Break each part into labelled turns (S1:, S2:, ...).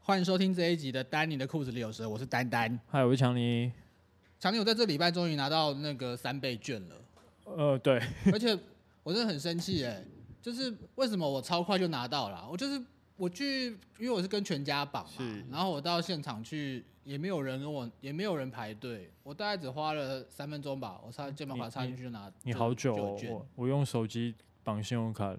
S1: 欢迎收听这一集的《丹尼的裤子里有蛇》，我是丹丹。
S2: 嗨，我是强尼。
S1: 强尼，我在这礼拜终于拿到那个三倍券了，
S2: 呃，对，
S1: 而且我真的很生气哎、就是为什么我超快就拿到了？我就是我去，因为我是跟全家绑嘛
S2: 是，
S1: 然后我到现场去也没有人跟我，也没有人排队，我大概只花了三分钟吧，我插肩膀卡插进去就拿。
S2: 你好久、
S1: 就
S2: 哦
S1: 就，券
S2: 我我用手机绑信用卡，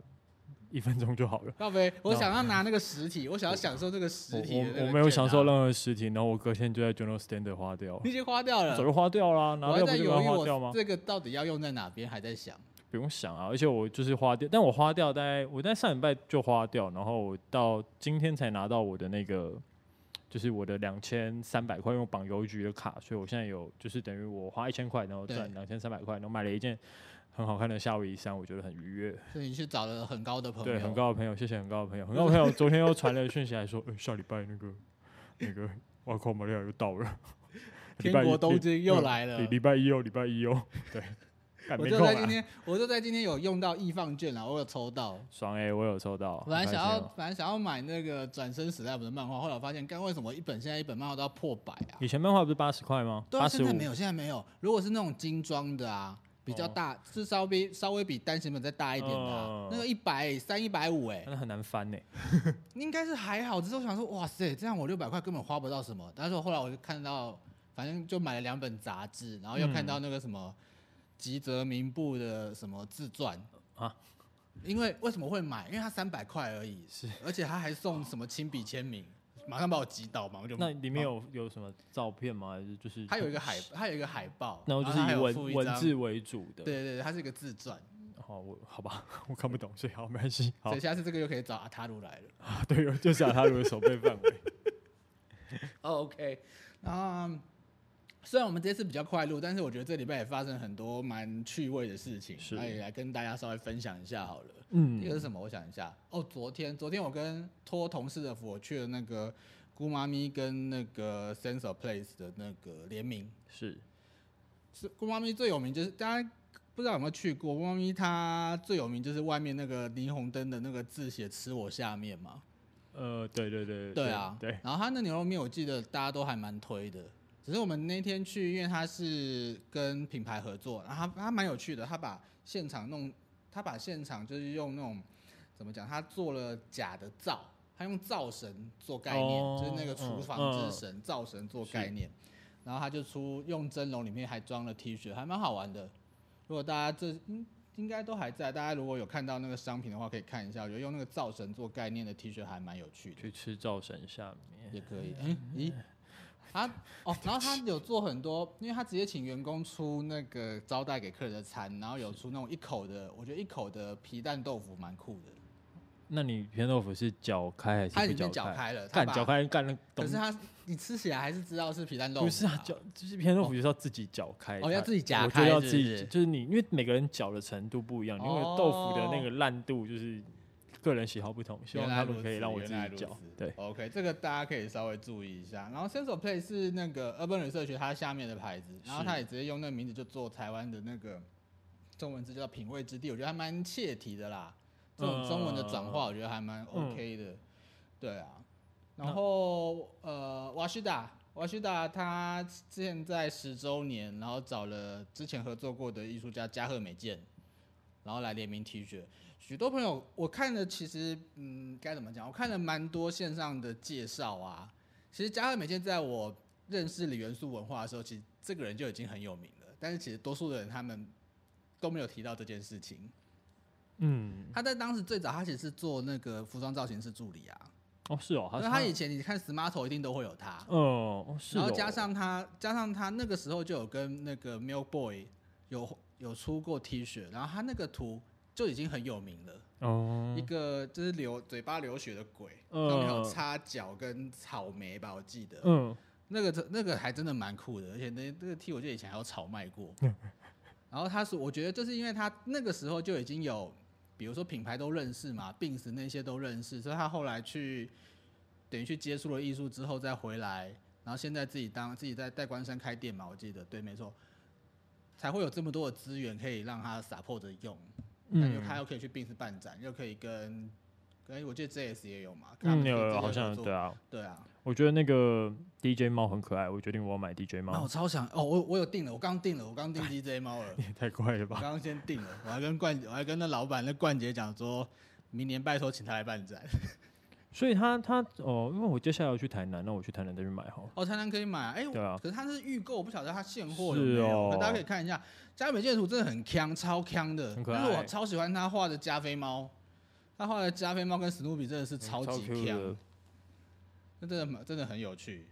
S2: 一分钟就好了。
S1: 高飞，我想要拿那个实体，我想要享受这个
S2: 我
S1: 实体的那个
S2: 我我没有享受
S1: 券啊
S2: 任何实体，然后我隔天就在 General Standard 花掉了
S1: 你，已经花掉了
S2: 早。就花掉啦，
S1: 我
S2: 拿
S1: 还
S2: 掉不
S1: 在
S2: 就
S1: 犹
S2: 要
S1: 豫
S2: 花掉
S1: 我
S2: 吗？
S1: 这个到底要用在哪边，还在想。
S2: 不用想啊，而且我就是花掉，但我花掉大概我在上礼拜就花掉，然后我到今天才拿到我的那个，就是我的两千三百块，因为我绑邮局的卡，所以我现在有就是等于我花一千块，然后赚两千三百块，然后买了一件很好看的夏威夷衫，我觉得很愉悦。
S1: 所以你去找了很高的朋友，
S2: 对，很高的朋友，谢谢很高的朋友，很高的朋友昨天又传了讯息来说，呃下礼拜那个那个瓦库马利亚又到了，礼
S1: 天
S2: 拜一
S1: 国东京又来了
S2: 礼。礼拜一哦，礼拜一哦，对，干
S1: 我
S2: 没
S1: 就
S2: 空
S1: 在
S2: 啊
S1: 今天，我就在今天有用到易放券啦，啊我有抽到。
S2: 爽哎、我有抽到，
S1: 本来
S2: 很
S1: 想
S2: 开心
S1: 要
S2: 哦，
S1: 本来想要买那个《转身时代》的漫画，后来我发现，干为什么一本现在一本漫画都要破百啊？
S2: 以前漫画不是八十块吗？
S1: 对啊，
S2: 八十
S1: 现
S2: 五
S1: 在没有，现在没有。如果是那种精装的啊，比较
S2: 哦
S1: 大，是稍微稍微比单行本再大一点的啊、
S2: 嗯
S1: 那个一百三、一百五，哎，
S2: 那很难翻呢、欸
S1: 应该是还好，只是我想说，哇塞，这样我六百块根本花不到什么。但是我后来我就看到，反正就买了两本杂志，然后又看到那个什么吉泽明步的什么自传
S2: 啊。
S1: 因为为什么会买？因为它三百块而已，
S2: 是，
S1: 而且他还送什么亲笔签名，马上把我击倒嘛，我就
S2: 那里面有有什么照片吗？还是就是
S1: 啊它有一个 海，它有一个海报，
S2: 然后就是
S1: 它还
S2: 以
S1: 有
S2: 文
S1: 附一
S2: 文
S1: 张
S2: 字，为主的。
S1: 对，对对，它是一个自传，
S2: 好，我好吧， 我看不懂，所以好没关系。好
S1: 所以，下次这个又可以找阿塔鲁来了。
S2: 啊对，有就是啊，他如果手背范围，
S1: 哦 OK，那、嗯虽然我们这次比较快录，但是我觉得这礼拜也发生很多蛮趣味的事情，
S2: 是
S1: 那也来跟大家稍微分享一下好了。第一
S2: 嗯
S1: 个是什么？我想一下。哦，昨天昨天我跟托同事的福，我去了那个姑妈咪跟那个 Sense of Place 的那个联名。
S2: 是
S1: 是姑妈咪最有名，就是大家不知道有没有去过。姑妈咪它最有名就是外面那个霓虹灯的那个字写“吃我下面”嘛。
S2: 呃，对对对
S1: 对啊，
S2: 对，
S1: 然后他那牛肉面，我记得大家都还蛮推的。只是我们那天去，因为他是跟品牌合作，然后他他蛮有趣的，他把现场弄，他把现场就是用那种怎么讲，他做了假的灶，他用灶神做概念，
S2: 哦嗯
S1: 就是那个厨房之神、灶神做概
S2: 是
S1: 念，然后他就出用蒸笼里面还装了 T 恤，还蛮好玩的。如果大家这应应该都还在，大家如果有看到那个商品的话，可以看一下，我觉得用那个灶神做概念的 T 恤还蛮有趣的。
S2: 去吃灶神下面。
S1: 也可以。
S2: 嗯
S1: 哎、咦，他哦，然后他有做很多，因为他直接请员工出那个招待给客人的餐，然后有出那种一口的，我觉得一口的皮蛋豆腐蛮酷的。
S2: 那你偏豆腐是搅开还
S1: 他
S2: 是
S1: 已
S2: 不
S1: 经
S2: 搅
S1: 搅？开了，他
S2: 干
S1: 把
S2: 搅，开干那
S1: 可
S2: 东
S1: 是他你吃起来还是知道是皮蛋豆腐、
S2: 不是啊，搅就是偏豆腐就是要自己搅开它，
S1: 哦哦要自己夹
S2: 我觉
S1: 开
S2: 得要
S1: 是
S2: 自
S1: 不是
S2: 己，就是你，因为每个人搅的程度不一样，因为
S1: 哦
S2: 豆腐的那个烂度就是个人喜好不同，希望
S1: 原来
S2: 他
S1: 如
S2: 们
S1: 此
S2: 可以让我自
S1: 原来
S2: 己
S1: 如
S2: 搅
S1: 此。
S2: 对，
S1: OK，这个大家可以稍微注意一下。然后 Sensor Play 是那个 Urban Research 它下面的牌子，然后它也直接用那个名字就做台湾的那个中文字叫“品味之地”，我觉得还蛮切题的啦。这种中文的转化，我觉得还蛮 OK 的。对啊，然后呃，瓦西达。瓦西达他之前在十周年，然后找了之前合作过的艺术家加贺美健，然后来联名 T 恤。许多朋友我看了，其实嗯，该怎么讲？我看了蛮多线上的介绍啊。其实加贺美健在我认识李元素文化的时候，其实这个人就已经很有名了。但是其实多数的人他们都没有提到这件事情。
S2: 嗯，
S1: 他在当时最早，他其实是做那个服装造型师助理啊。
S2: 哦是哦，
S1: 那他以前你看 Smarto 一定都会有他，
S2: 嗯哦是哦，
S1: 然后加上他加上他那个时候就有跟那个 Milk Boy 有有出过 T 恤，然后他那个图就已经很有名了。
S2: 哦
S1: 一个就是流嘴巴流血的鬼，
S2: 嗯
S1: 上面有插脚跟草莓吧，我记得、
S2: 嗯
S1: 那个真那个还真的蛮酷的，而且那那个 T 我记得以前还有炒卖过。
S2: 嗯
S1: 然后他说，我觉得就是因为他那个时候就已经有，比如说品牌都认识嘛，Bins 那些都认识，所以他后来去等于去接触了艺术之后再回来，然后现在自己当自己在代官山开店嘛，我记得对，没错，才会有这么多的资源可以让他撒破着用。那又
S2: 嗯
S1: 他又可以去 Bins 办展，又可以跟对，我记得 JS 也有嘛，跟他
S2: 嗯，
S1: 们
S2: 有
S1: 自己
S2: 有
S1: 合
S2: 好像有
S1: 作
S2: 对啊，
S1: 对啊，
S2: 我觉得那个 DJ 猫很可爱，我决定我要买 DJ
S1: 那
S2: 猫
S1: 我，超想哦，我我有订了，我刚订了，我刚订 DJ 猫了，
S2: 也太快了
S1: 我
S2: 吧！
S1: 刚刚先订了，我还跟冠，我还跟那老板那冠杰讲说，明年拜托请他来办展。
S2: 所以他他哦，因为我接下来要去台南，那我去台南再去买好了。
S1: 哦，台南可以买啊，哎、我
S2: 对啊
S1: 可是它是预购，我不晓得它现货
S2: 是
S1: 有没有。
S2: 哦
S1: 可大家可以看一下，加美建图真的很强，超强的，
S2: 很可
S1: 但是我
S2: 爱
S1: 超喜欢他画的加菲猫，他画的加菲猫跟史努比真的是超级
S2: Q
S1: 强
S2: 嗯的，，
S1: 那真的蛮真的很有趣。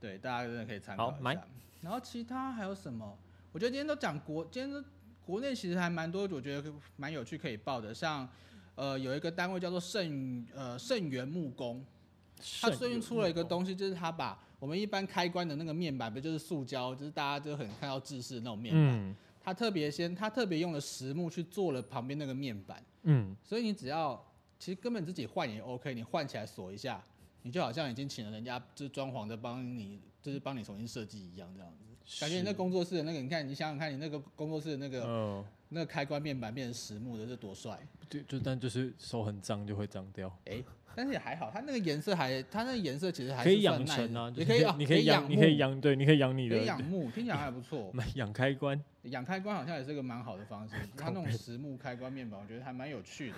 S1: 对，大家真的可以参
S2: 好
S1: 考一
S2: 买
S1: 下。然后其他还有什么？我觉得今天都讲国，今天都国内其实还蛮多，我觉得蛮有趣可以报的，像。呃，有一个单位叫做盛呃盛源木工，他最近出了
S2: 嗯
S1: 一个东西，就是他把我们一般开关的那个面板，不就是塑胶，就是大家就很看到制式的那种面板。
S2: 嗯
S1: 他特别先，他特别用了实木去做了旁边那个面板，
S2: 嗯，
S1: 所以你只要其实根本自己换也 OK，你换起来锁一下，你就好像已经请了人家就是装潢的帮你，就是帮你重新设计一样，这样子。感觉你那
S2: 是
S1: 工作室的那个，你看你想想看，你那个工作室的那个、
S2: 嗯，
S1: 那个开关面板变成实木的，这多帅！
S2: 就就但就是手很脏就会脏掉，
S1: 哎、但是也还好，它那个颜色还，它那个颜色其实还
S2: 可
S1: 是
S2: 以
S1: 算
S2: 养
S1: 耐
S2: 成
S1: 的
S2: 啊，就
S1: 你
S2: 是
S1: 可以啊
S2: 你可以养你可以
S1: 木
S2: 养对，你可以养你
S1: 可以
S2: 的。
S1: 养木，听起来还不错
S2: 养开关，
S1: 养开关好像也是个蛮好的方 式，它那种实木开关面板，我觉得还蛮有趣的。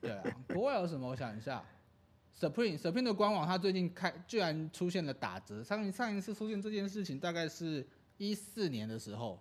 S1: 对啊，国外有什么？我想一下，Supreme Supreme 的官网，它最近开居然出现了打折。上一上一次出现这件事情大概是一四年的时候，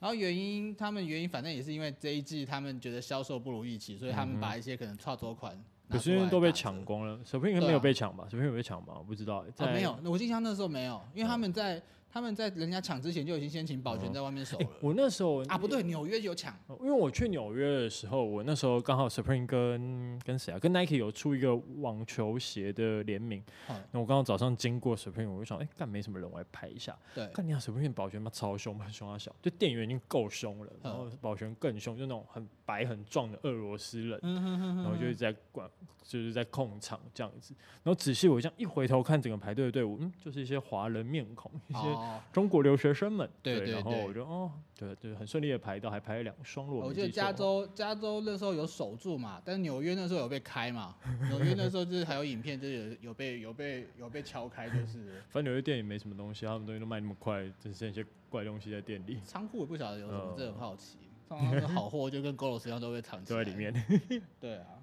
S1: 然后原因他们原因反正也是因为这一季他们觉得销售不如预期，所以他
S2: 嗯
S1: 们
S2: 哼
S1: 把一些可能差多款拿
S2: 可
S1: 出
S2: 是
S1: 来
S2: 因为都被
S1: 打折
S2: 抢光了，手片应该
S1: 对
S2: 没有
S1: 啊
S2: 被抢吧？手片有被抢吗？我不知道欸，
S1: 哦，
S2: 在嗯
S1: 没有，我印象那时候没有，因为他们在、他们在人家抢之前就已经先请保全在外面守
S2: 欸
S1: 了。
S2: 我那时候
S1: 啊， 不对，纽约有抢，
S2: 因为我去纽约的时候，我那时候刚好 Supreme 跟跟谁啊，跟 Nike 有出一个网球鞋的联名
S1: 嗯。
S2: 那我刚好早上经过 Supreme，我就想，哎、干没什么人，我来拍一下。
S1: 对，
S2: 干你看 Supreme 保全妈超凶，很凶啊小，就店员已经够凶了，然后
S1: 嗯
S2: 保全更凶，就那种很白很壮的俄罗斯人，
S1: 嗯哼哼
S2: 然
S1: 哼
S2: 后就一直在管，就是在控场这样子。然后仔细我这样一回头看整个排队的队伍，嗯，就是一些华人面孔，一些
S1: 哦，
S2: 中国留学生们，
S1: 对对
S2: 然后
S1: 对哦
S2: 我就哦，对对，很顺利的排到，还排了两双落。
S1: 我记得加州加州那时候有守住嘛，但是纽约那时候有被开嘛，纽约那时候就是还有影片，就是有有被有被有被敲开， 就是
S2: 反正纽约店也没什么东西，他们东西都卖那么快，只剩一些怪东西在店 里，
S1: 仓库也不晓得有什么
S2: 嗯，
S1: 这很好奇。通常是好货就跟狗肉一样都被藏起
S2: 都
S1: 来
S2: 在里面。
S1: 对啊，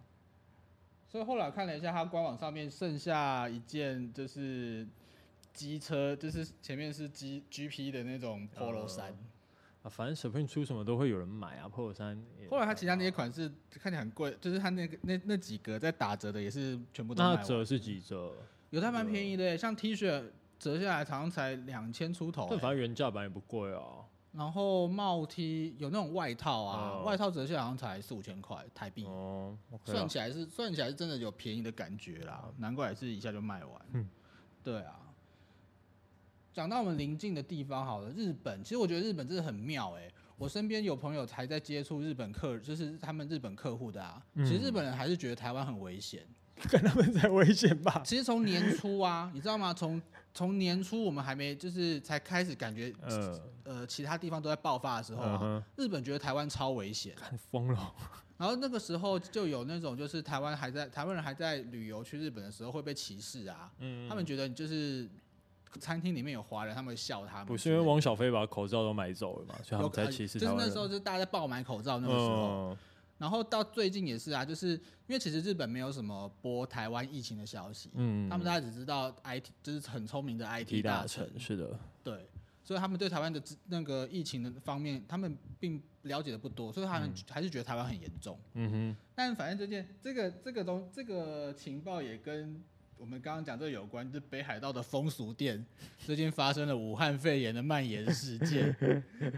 S1: 所以后来看了一下，它官网上面剩下一件就是机车，就是前面是 G G P 的那种
S2: 哦
S1: Polo 衫。
S2: 啊，反正 Supreme 出什么都会有人买啊，Polo 衫也。
S1: 后来它其他那些款式看起来很贵，就是它那个那那几个在打折的也是全部都
S2: 那
S1: 卖完，
S2: 啊折是几折？
S1: 有的还蛮便宜的耶，欸像 T 恤折下来好像才两千出头
S2: 但
S1: 耶。
S2: 反正原价版也不贵啊。
S1: 然后帽 T 有那种外套啊，
S2: 哦
S1: 外套折下来好像才四五千块台币，
S2: 哦，OK
S1: 算
S2: 啊。
S1: 起来是算起来是真的有便宜的感觉啦，难怪也是一下就卖完。
S2: 嗯
S1: 对啊。讲到我们邻近的地方好了，日本，其实我觉得日本真的很妙哎、我身边有朋友还在接触日本客，就是他们日本客户的啊。
S2: 嗯
S1: 其实日本人还是觉得台湾很危险。
S2: 看他们才危险 吧。
S1: 其实从年初 啊，你知道吗？从从年初我们还没就是才开始感觉
S2: 嗯
S1: 呃其他地方都在爆发的时候
S2: 嗯
S1: 啊，
S2: 哼，
S1: 日本觉得台湾超危险。
S2: 看疯了。
S1: 然后那个时候就有那种，就是台湾还在台湾人还在旅游去日本的时候会被歧视啊，
S2: 嗯，
S1: 他们觉得你就是餐厅里面有华人，他们会笑他们之类的。
S2: 不是因为王小飞把口罩都买走了嘛，所以他
S1: 有
S2: 们才
S1: 呃
S2: 歧视
S1: 就
S2: 台
S1: 是
S2: 湾
S1: 那
S2: 人。
S1: 时候就是大家在爆买口罩那个时候，
S2: 嗯，
S1: 然后到最近也是啊，就是因为其实日本没有什么播台湾疫情的消息，
S2: 嗯
S1: 他们大家只知道 IT 就是很聪明的
S2: 提
S1: IT
S2: 大
S1: 大
S2: 臣
S1: 臣，
S2: 是的，
S1: 对，所以他们对台湾的知那个疫情的方面，他们并了解的不多，所以他们还是觉得台湾很严重。
S2: 嗯
S1: 但反正这件这个这个东这个情报也跟我们刚刚讲这个有关，就是北海道的风俗店最近发生了武汉肺炎的蔓延事件。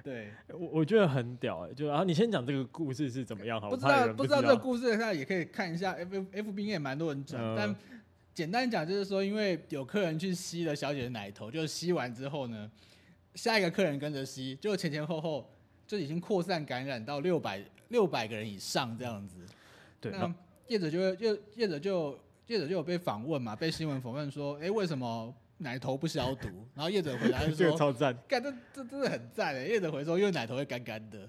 S1: 对，
S2: 哼，我我觉得很屌哎、就然后你先讲这个故事是怎么样 好，
S1: 不
S2: 我
S1: 知
S2: 怕有
S1: 道
S2: 人
S1: 不
S2: 不
S1: 知
S2: 知
S1: 道这个故事，那也可以看一下 F F B 也蛮多人转，
S2: 嗯
S1: 但简单讲就是说，因为有客人去吸了小姐的奶头，就吸完之后呢，下一个客人跟着吸，就前前后后就已经扩散感染到六百六百个人以上这样子。
S2: 对，然
S1: 那
S2: 后
S1: 业者就会业业者就业者就有被访问嘛，被新闻访问说，哎、为什么奶头不消 毒？然后业者回答就
S2: 这个
S1: 说，
S2: 超赞，
S1: 干这这真的很赞欸诶。业者回说，因为奶头会干干 的。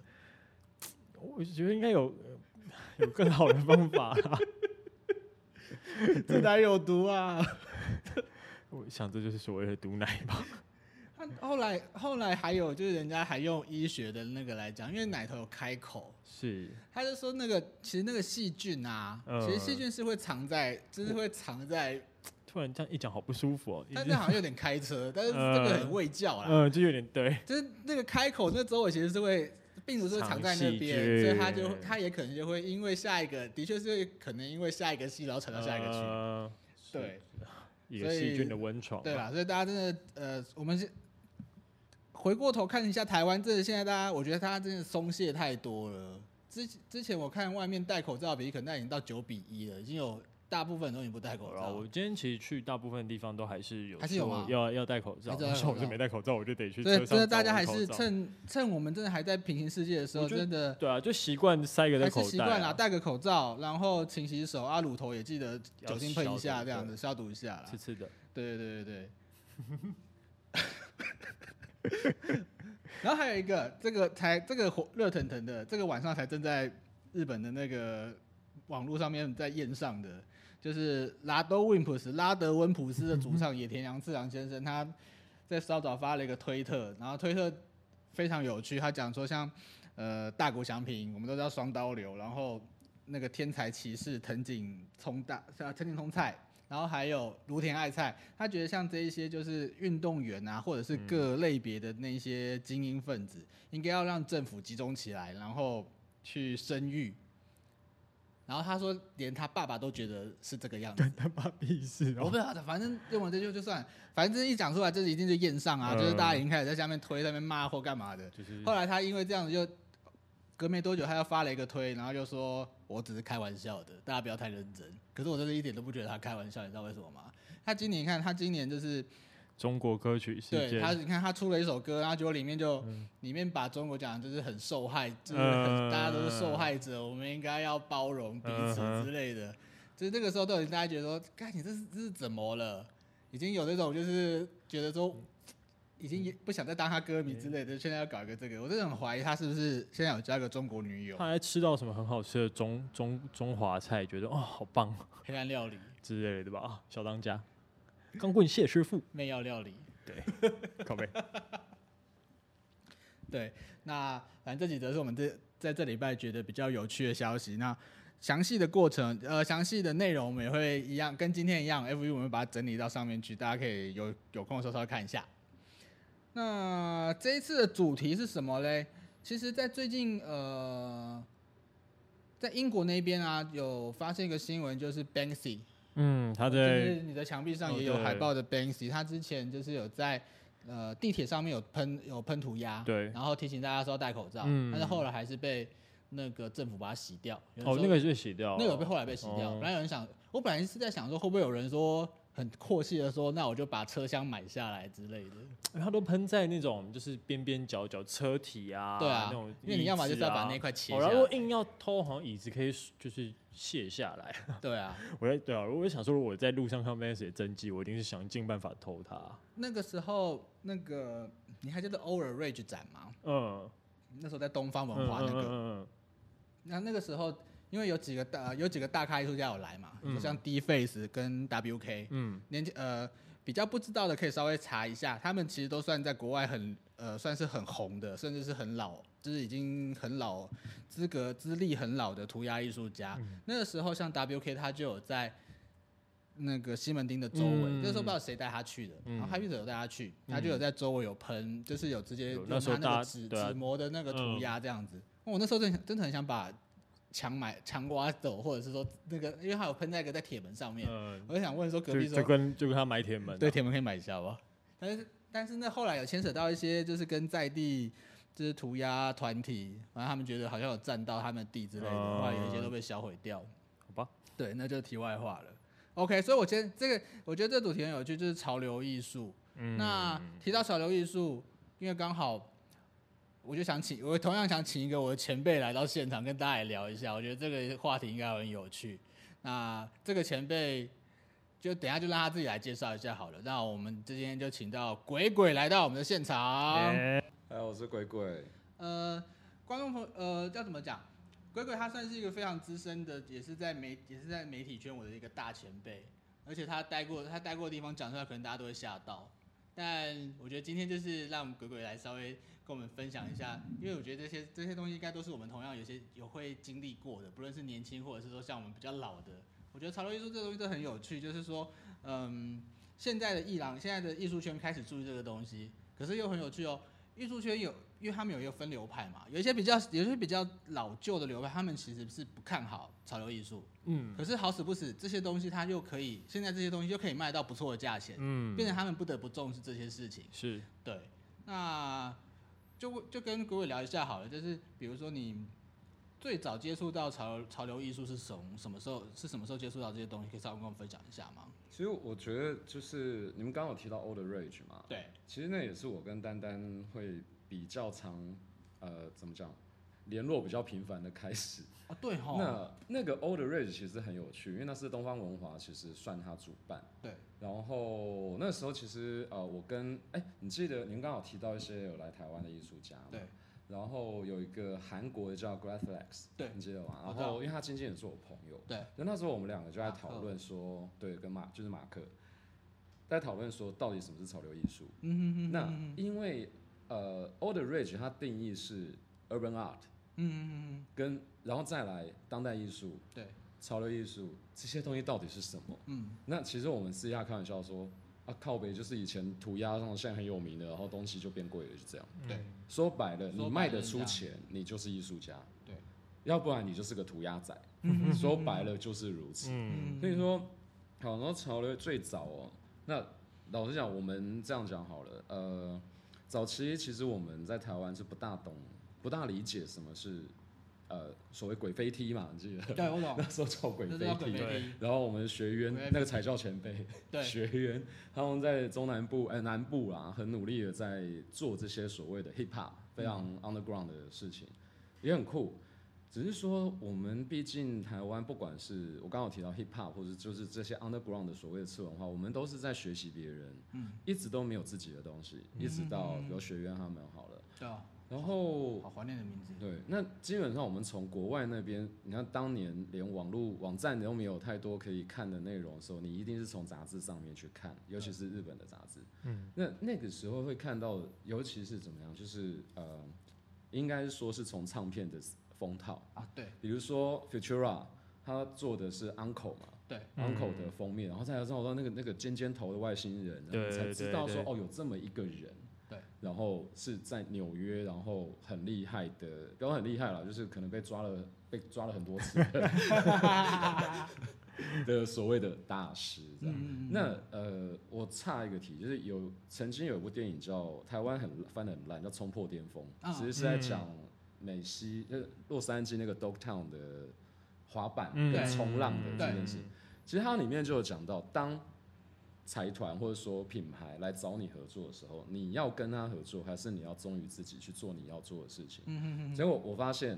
S2: 我觉得应该有有更好的方法啦
S1: 这台有毒啊！
S2: 我想这就是所谓的毒奶吧。
S1: 他后来后来还有就是人家还用医学的那个来讲，因为奶头有开口，
S2: 是，
S1: 他就说那个其实那个细菌啊，
S2: 嗯
S1: 其实细菌是会藏在，就是会藏在，
S2: 突然这样一讲好不舒服哦。一
S1: 但
S2: 直
S1: 是好啊像有点开车，但是这个很卫教啦，
S2: 嗯，就有点对，
S1: 就是那个开口那周围其实是会。病毒是会藏在那边
S2: 藏细，菌
S1: 所以它就它也可能就会因为下一个，的确是可能因为下一个系，然后传到下一个区。
S2: 呃是
S1: 对
S2: 一个
S1: 所以
S2: 细菌的温床。啊
S1: 对，啦，所以大家真的呃，我们是回过头看一下台湾，真的现在大家，我觉得大家真的松懈太多了。之之前我看外面戴口罩的比例可能已经到九比一了，已经有大部分人都已经不戴口
S2: 然后
S1: 罩
S2: 啊哦我。今天其实去大部分地方都还是有
S1: 还是有
S2: 说
S1: 吗
S2: 要要戴口罩，
S1: 还是要戴
S2: 但是我
S1: 口
S2: 是
S1: 罩
S2: 没戴口罩，我就得去
S1: 所
S2: 车
S1: 以真
S2: 上
S1: 的，大
S2: 找
S1: 家
S2: 我
S1: 还
S2: 口
S1: 是
S2: 罩
S1: 趁趁我们真的还在平行世界的时候，
S2: 我觉得
S1: 真的
S2: 对啊，就习惯塞个
S1: 还
S2: 在
S1: 是
S2: 口
S1: 习
S2: 袋
S1: 惯
S2: 啊
S1: 了，戴个口罩，然后勤洗手啊，乳头也记得
S2: 要
S1: 酒精喷一
S2: 消
S1: 下，
S2: 毒
S1: 这样子消毒一下啦
S2: 刺。刺的。
S1: 对对对对对。 然后还有一个，这个才这个火热腾腾的，这个晚上才正在日本的那个网络上面在宴上的，就是拉多温普斯拉德温普斯的主唱野田洋次郎先生，他在稍早发了一个推特，然后推特非常有趣，他讲说像呃大谷翔平，我们都知道双刀流，然后那个天才骑士藤井聪大啊藤井聪菜，然后还有芦田爱菜，他觉得像这一些就是运动员啊，或者是各类别的那些精英分子，应该要让政府集中起来，然后去生育。然后他说，连他爸爸都觉得是这个样子。
S2: 他妈逼 事哦
S1: 我！不知道，反正用完这就就算，反正一讲出来，这一定就验上啊，
S2: 嗯
S1: 就是大家已经开始在下面推、在那边骂或干嘛的。
S2: 就是
S1: 后来他因为这样子就，隔没多久他又发了一个推，然后就说我只是开玩笑的，大家不要太认真。可是我真的一点都不觉得他开玩笑，你知道为什么吗？他今年你看，他今年就是
S2: 中国歌曲世
S1: 对
S2: 界，
S1: 他，你看他出了一首歌，然后结果里面就、里面把中国讲得就是很受害，就是很、
S2: 嗯
S1: 大家都是受害者，我们应该要包容彼此
S2: 嗯哼
S1: 之类的。就是那个时候都已经大家觉得说，看你这是这是怎么了？已经有那种就是觉得说，已经不想再当他歌迷之类的，现在要搞一个这个，我真的很怀疑他是不是现在有交一个中国女友
S2: 他还吃到什么很好吃的中中中华菜，觉得哦好棒
S1: 黑暗料理、
S2: 之类的吧？啊，小当家，钢棍谢师傅，
S1: 媚药料理。
S2: 靠 背。
S1: 对，那反正这几则是我们这在这礼拜觉得比较有趣的消息。那详细的过程，呃，详细的内容我们也会一样，跟今天一样，F U 我们把它整理到上面去，大家可以有有空的时候稍微看一下。那这一次的主题是什么嘞？其实，在最近呃，在英国那边啊，有发现一个新闻，就是 Banksy，
S2: 嗯，他
S1: 就
S2: 在
S1: 是你的墙壁上
S2: 哦
S1: 也有
S2: 对
S1: 海报的 Banksy，他之前就是有在呃地铁上面有喷有喷涂鸦，
S2: 对
S1: 然后提醒大家说要戴口罩，
S2: 嗯
S1: 但是后来还是被那个政府把它洗掉。有人
S2: 哦
S1: 说
S2: 那个是洗掉了，
S1: 那个有被后来被洗掉。
S2: 哦
S1: 本来有人想，我本来是在想说会不会有人说很阔气的说，那我就把车厢买下来之类的。
S2: 他都喷在那种就是边边角角车体啊，
S1: 对
S2: 那
S1: 啊
S2: 种椅子啊，，
S1: 因为你要么就是要把那块切
S2: 哦
S1: 下
S2: 然后如果
S1: 来，
S2: 硬要偷，好像椅子可以就是卸下来。
S1: 对啊。
S2: 我在对啊，我就想说，如果我在路上看到 Messi 的真迹，我一定是想尽办法偷他。
S1: 那个时候那个你还记得 o r a Rage 展吗？
S2: 嗯，
S1: 那时候在东方
S2: 嗯
S1: 文化那个，
S2: 嗯嗯
S1: 那那个时候，因为有几个大有几个大咖艺术家有来嘛，
S2: 嗯
S1: 就像 D Face 跟 WK，
S2: 嗯
S1: 年纪呃比较不知道的可以稍微查一下，他们其实都算在国外很呃算是很红的，甚至是很老，就是已经很老资格资历很老的涂鸦艺术家。
S2: 嗯
S1: 那个时候像 WK 他就有在。那个西门町的周围，
S2: 嗯
S1: 那时候不知道谁带他去的，
S2: 嗯
S1: 然后 Happy 者有带他去，
S2: 嗯
S1: 他就有在周围有喷，就是有直接
S2: 有
S1: 用
S2: 那时候
S1: 他那
S2: 大
S1: 个
S2: 家
S1: 纸
S2: 对啊
S1: 纸模的那个涂
S2: 嗯
S1: 鸦这样子。哦我那时候真的真的很想把墙买墙挖走，或者是说那个，因为它有喷在一个在铁门上面，
S2: 嗯，
S1: 我就想问说隔
S2: 就
S1: 壁
S2: 就
S1: 说
S2: 跟就跟他买铁门啊，
S1: 对铁门可以买一下吧？但是但是那后来有牵扯到一些就是跟在地就是涂鸦团体，反正他们觉得好像有占到他们的地之类的，
S2: 嗯
S1: 后来有一些都被销毁掉。
S2: 好吧，
S1: 对，那就题外话了。OK，所以我今天这个我觉得这主题很有趣，就是潮流艺术。
S2: 嗯
S1: 那提到潮流艺术，因为刚好我就想请，我同样想请一个我的前辈来到现场跟大家也聊一下，我觉得这个话题应该很有趣。那这个前辈就等一下就让他自己来介绍一下好了。那我们今天就请到鬼鬼来到我们的现场。
S2: 哎
S3: 哎，我是鬼鬼，
S1: 呃，观众朋呃，要怎么讲？鬼鬼他算是一个非常资深的，也是在媒也是在媒体圈我的一个大前辈，而且他待过他待过的地方讲出来，可能大家都会吓到。但我觉得今天就是让鬼鬼来稍微跟我们分享一下，因为我觉得这些这些东西应该都是我们同样有些有会经历过的，不论是年轻或者是说像我们比较老的。我觉得潮流艺术这个东西都很有趣，就是说，嗯，现在的艺廊，现在的艺术圈开始注意这个东西，可是又很有趣哦。艺术圈有，因为他们有一个分流派嘛，有一些比较，有一些比较老旧的流派，他们其实是不看好潮流艺术。
S2: 嗯
S1: 可是好死不死，这些东西它又可以，现在这些东西又可以卖到不错的价钱，
S2: 嗯，
S1: 变成他们不得不重视这些事情。
S2: 是
S1: 对，那就就跟各位聊一下好了，就是比如说你最早接触到潮流潮流艺术是从什么时候？是什么时候接触到这些东西？可以稍微跟我们分享一下吗？
S3: 其实我觉得就是你们刚刚有提到 old rage 嘛，
S1: 对，
S3: 其实那也是我跟丹丹会比较常，呃，怎么讲，联络比较频繁的开始。
S1: 哦对吼，
S3: 那那个 Old Ridge 其实很有趣，因为那是东方文华，其实算它主办。
S1: 对。
S3: 然后那时候其实呃，我跟哎，你记得您刚好提到一些有来台湾的艺术家嘛？
S1: 对。
S3: 然后有一个韩国的叫 Grathlex，
S1: 对
S3: 你记得吗？
S1: 我
S3: 然
S1: 知道
S3: 后因为他经纪人是我朋友，
S1: 对，
S3: 那那时候我们两个就在
S1: 马克
S3: 讨论说，对，跟马就是马克，在讨论说到底什么是潮流艺术。
S1: 嗯哼哼，
S3: 那
S1: 嗯
S3: 因为呃，Old Ridge 它定义是 urban art，
S1: 嗯嗯
S3: 跟然后再来当代艺术，
S1: 对，
S3: 潮流艺术这些东西到底是什么？
S1: 嗯，
S3: 那其实我们私下开玩笑说，啊靠北就是以前涂鸦上现在很有名的，然后东西就变贵了，就这样。
S1: 对
S2: 嗯
S3: 说白
S1: 说
S3: 了，
S1: 白了
S3: 你卖得
S1: 是这
S3: 出
S1: 样
S3: 钱，你就是艺术家，
S1: 对，
S3: 要不然你就是个涂鸦仔。
S1: 嗯
S3: 说白了就是如此。
S2: 嗯
S3: 所以说，好，然后潮流最早哦，那老实讲，我们这样讲好了，呃，早期其实我们在台湾是不大懂、不大理解什么是呃所谓鬼飞梯嘛，你记得
S1: 对我懂
S3: 那，时候叫鬼
S1: 这
S3: 飞
S1: 是要鬼
S3: 梯。
S1: 飞
S2: 对
S1: 梯，
S3: 然后我们学
S1: 鬼飞
S3: 员
S1: 梯
S3: 那个才叫前辈，
S1: 对，
S3: 学员他们在中南部、哎、南部啦，很努力的在做这些所谓的 hip hop 非常 underground 的事情，也很酷。只是说，我们毕竟台湾，不管是我刚好提到 hip hop，或者就是这些 underground 的所谓的次文化，我们都是在学习别人，
S1: 嗯，
S3: 一直都没有自己的东西，一直到比如学员他们好了，
S1: 对哦，
S3: 然后
S1: 好怀念的名字，
S3: 对，那基本上我们从国外那边，你看当年连网络网站都没有太多可以看的内容的时候，你一定是从杂志上面去看，尤其是日本的杂志。
S2: 嗯，
S3: 那那个时候会看到，尤其是怎么样，就是呃，应该说是从唱片的封套，
S1: 啊，对
S3: 比如说 Futura，他做的是 Uncle 嘛。
S1: 对，
S2: 嗯
S3: Uncle 的封面，然后再来找到那个那个尖尖头的外星人，然后
S2: 对
S3: 你才知道
S2: 对
S3: 说
S2: 对
S3: 哦，有这么一个人，
S1: 对，
S3: 然后是在纽约，然后很厉害的，不要说很厉害了，就是可能被抓了被抓了很多次的的所谓的大师这样。
S1: 嗯嗯嗯
S3: 那呃，我差一个题，就是有曾经有一部电影叫台湾很翻的很烂，叫《冲破巅峰
S1: 啊》，
S3: 其实是在
S2: 嗯
S3: 讲美西就是洛杉矶那
S1: 嗯
S3: 个 Dogtown 的滑板
S2: 嗯
S3: 跟冲浪的
S2: 嗯
S3: 这件事。其实它里面就有讲到，当财团或者说品牌来找你合作的时候，你要跟他合作，还是你要忠于自己去做你要做的事情？
S1: 嗯嗯
S3: 结果我发现，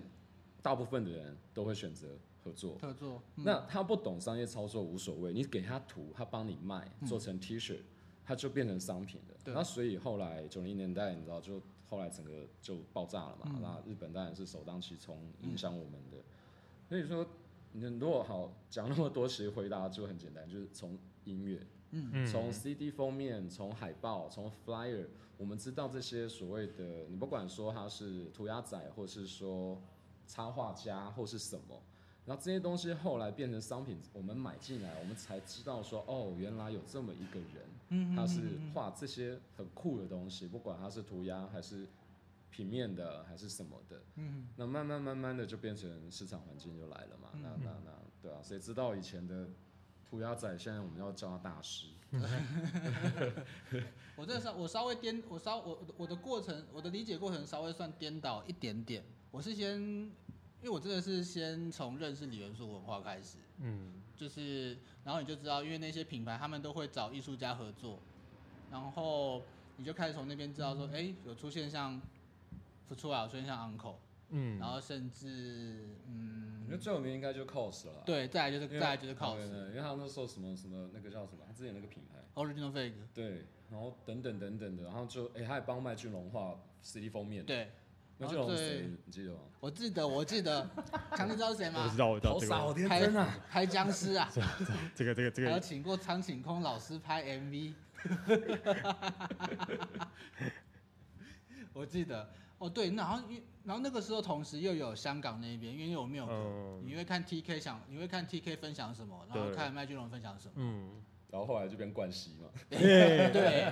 S3: 大部分的人都会选择合作
S1: 嗯，。特作，嗯
S3: 那他不懂商业操作无所谓，你给他图，他帮你卖，
S1: 嗯
S3: 做成 T 恤，他就变成商品了。
S1: 对
S3: 那所以后来九零年代，你知道，就后来整个就爆炸了嘛。
S1: 嗯
S3: 那日本当然是首当其冲，
S1: 嗯
S3: 影响我们的。所以说，你如果好讲那么多，其实回答就很简单，就是从音乐，
S1: 嗯
S2: 嗯
S3: 从 CD 封面，从海报，从 flyer，我们知道这些所谓的，你不管说他是涂鸦仔，或是说插画家，或是什么，然后这些东西后来变成商品，我们买进来，我们才知道说，哦，原来有这么一个人，
S1: 嗯，嗯
S3: 他是
S1: 嗯嗯
S3: 画这些很酷的东西，不管他是涂鸦还是平面的还是什么的，
S1: 嗯
S3: 那慢慢慢慢的就变成市场环境就来了嘛，那那那对啊，谁知道以前的涂鸦仔，现在我们要叫他大师。
S1: 我这稍我稍微颠，我稍我我的过程，我的理解过程稍微算颠倒一点点。我是先，因为我真的是先从认识李元素文化开始，
S2: 嗯
S1: 就是然后你就知道，因为那些品牌他们都会找艺术家合作，然后你就开始从那边知道说，哎、有出现像不错啊，有出现像 Uncle，
S2: 嗯，
S1: 然后甚至嗯
S3: 我觉，得最有名应该就 COS 了啦。
S1: 对，再来就是
S3: 因为，哦
S1: 再来就是
S3: 对对
S1: Cos
S3: 对因为他那时候什么什么那个叫什么，他之前那个品牌，
S1: Original Fake，
S3: 对，然后等等等等的，然后就哎、他也帮麦浚龙画 CD 封面，
S1: 对，
S3: 那
S1: 然
S3: 就
S1: 后
S3: 龙
S1: 最
S3: 神，你记得吗？
S1: 我记得，我记得， 强尼知道是谁
S2: 我
S1: 吗
S2: 知？道，我知道
S3: 好
S2: 这
S3: 傻，好
S2: 个，
S3: 天
S1: 拍
S3: 真啊！
S1: 拍僵尸啊，
S2: 这个，这个，这
S1: 还有
S2: 个，
S1: 请过苍井空老师拍 MV。我记得，哦对，然后因然后那个时候同时又有香港那边，因为我没有隔，
S2: 嗯
S1: 你会看 TK 想，你会看 TK 分享什么，然后
S2: 对
S1: 看麦浚龙分享什么。
S2: 嗯，
S3: 然后后来就变冠希嘛，
S2: 耶，
S1: 对，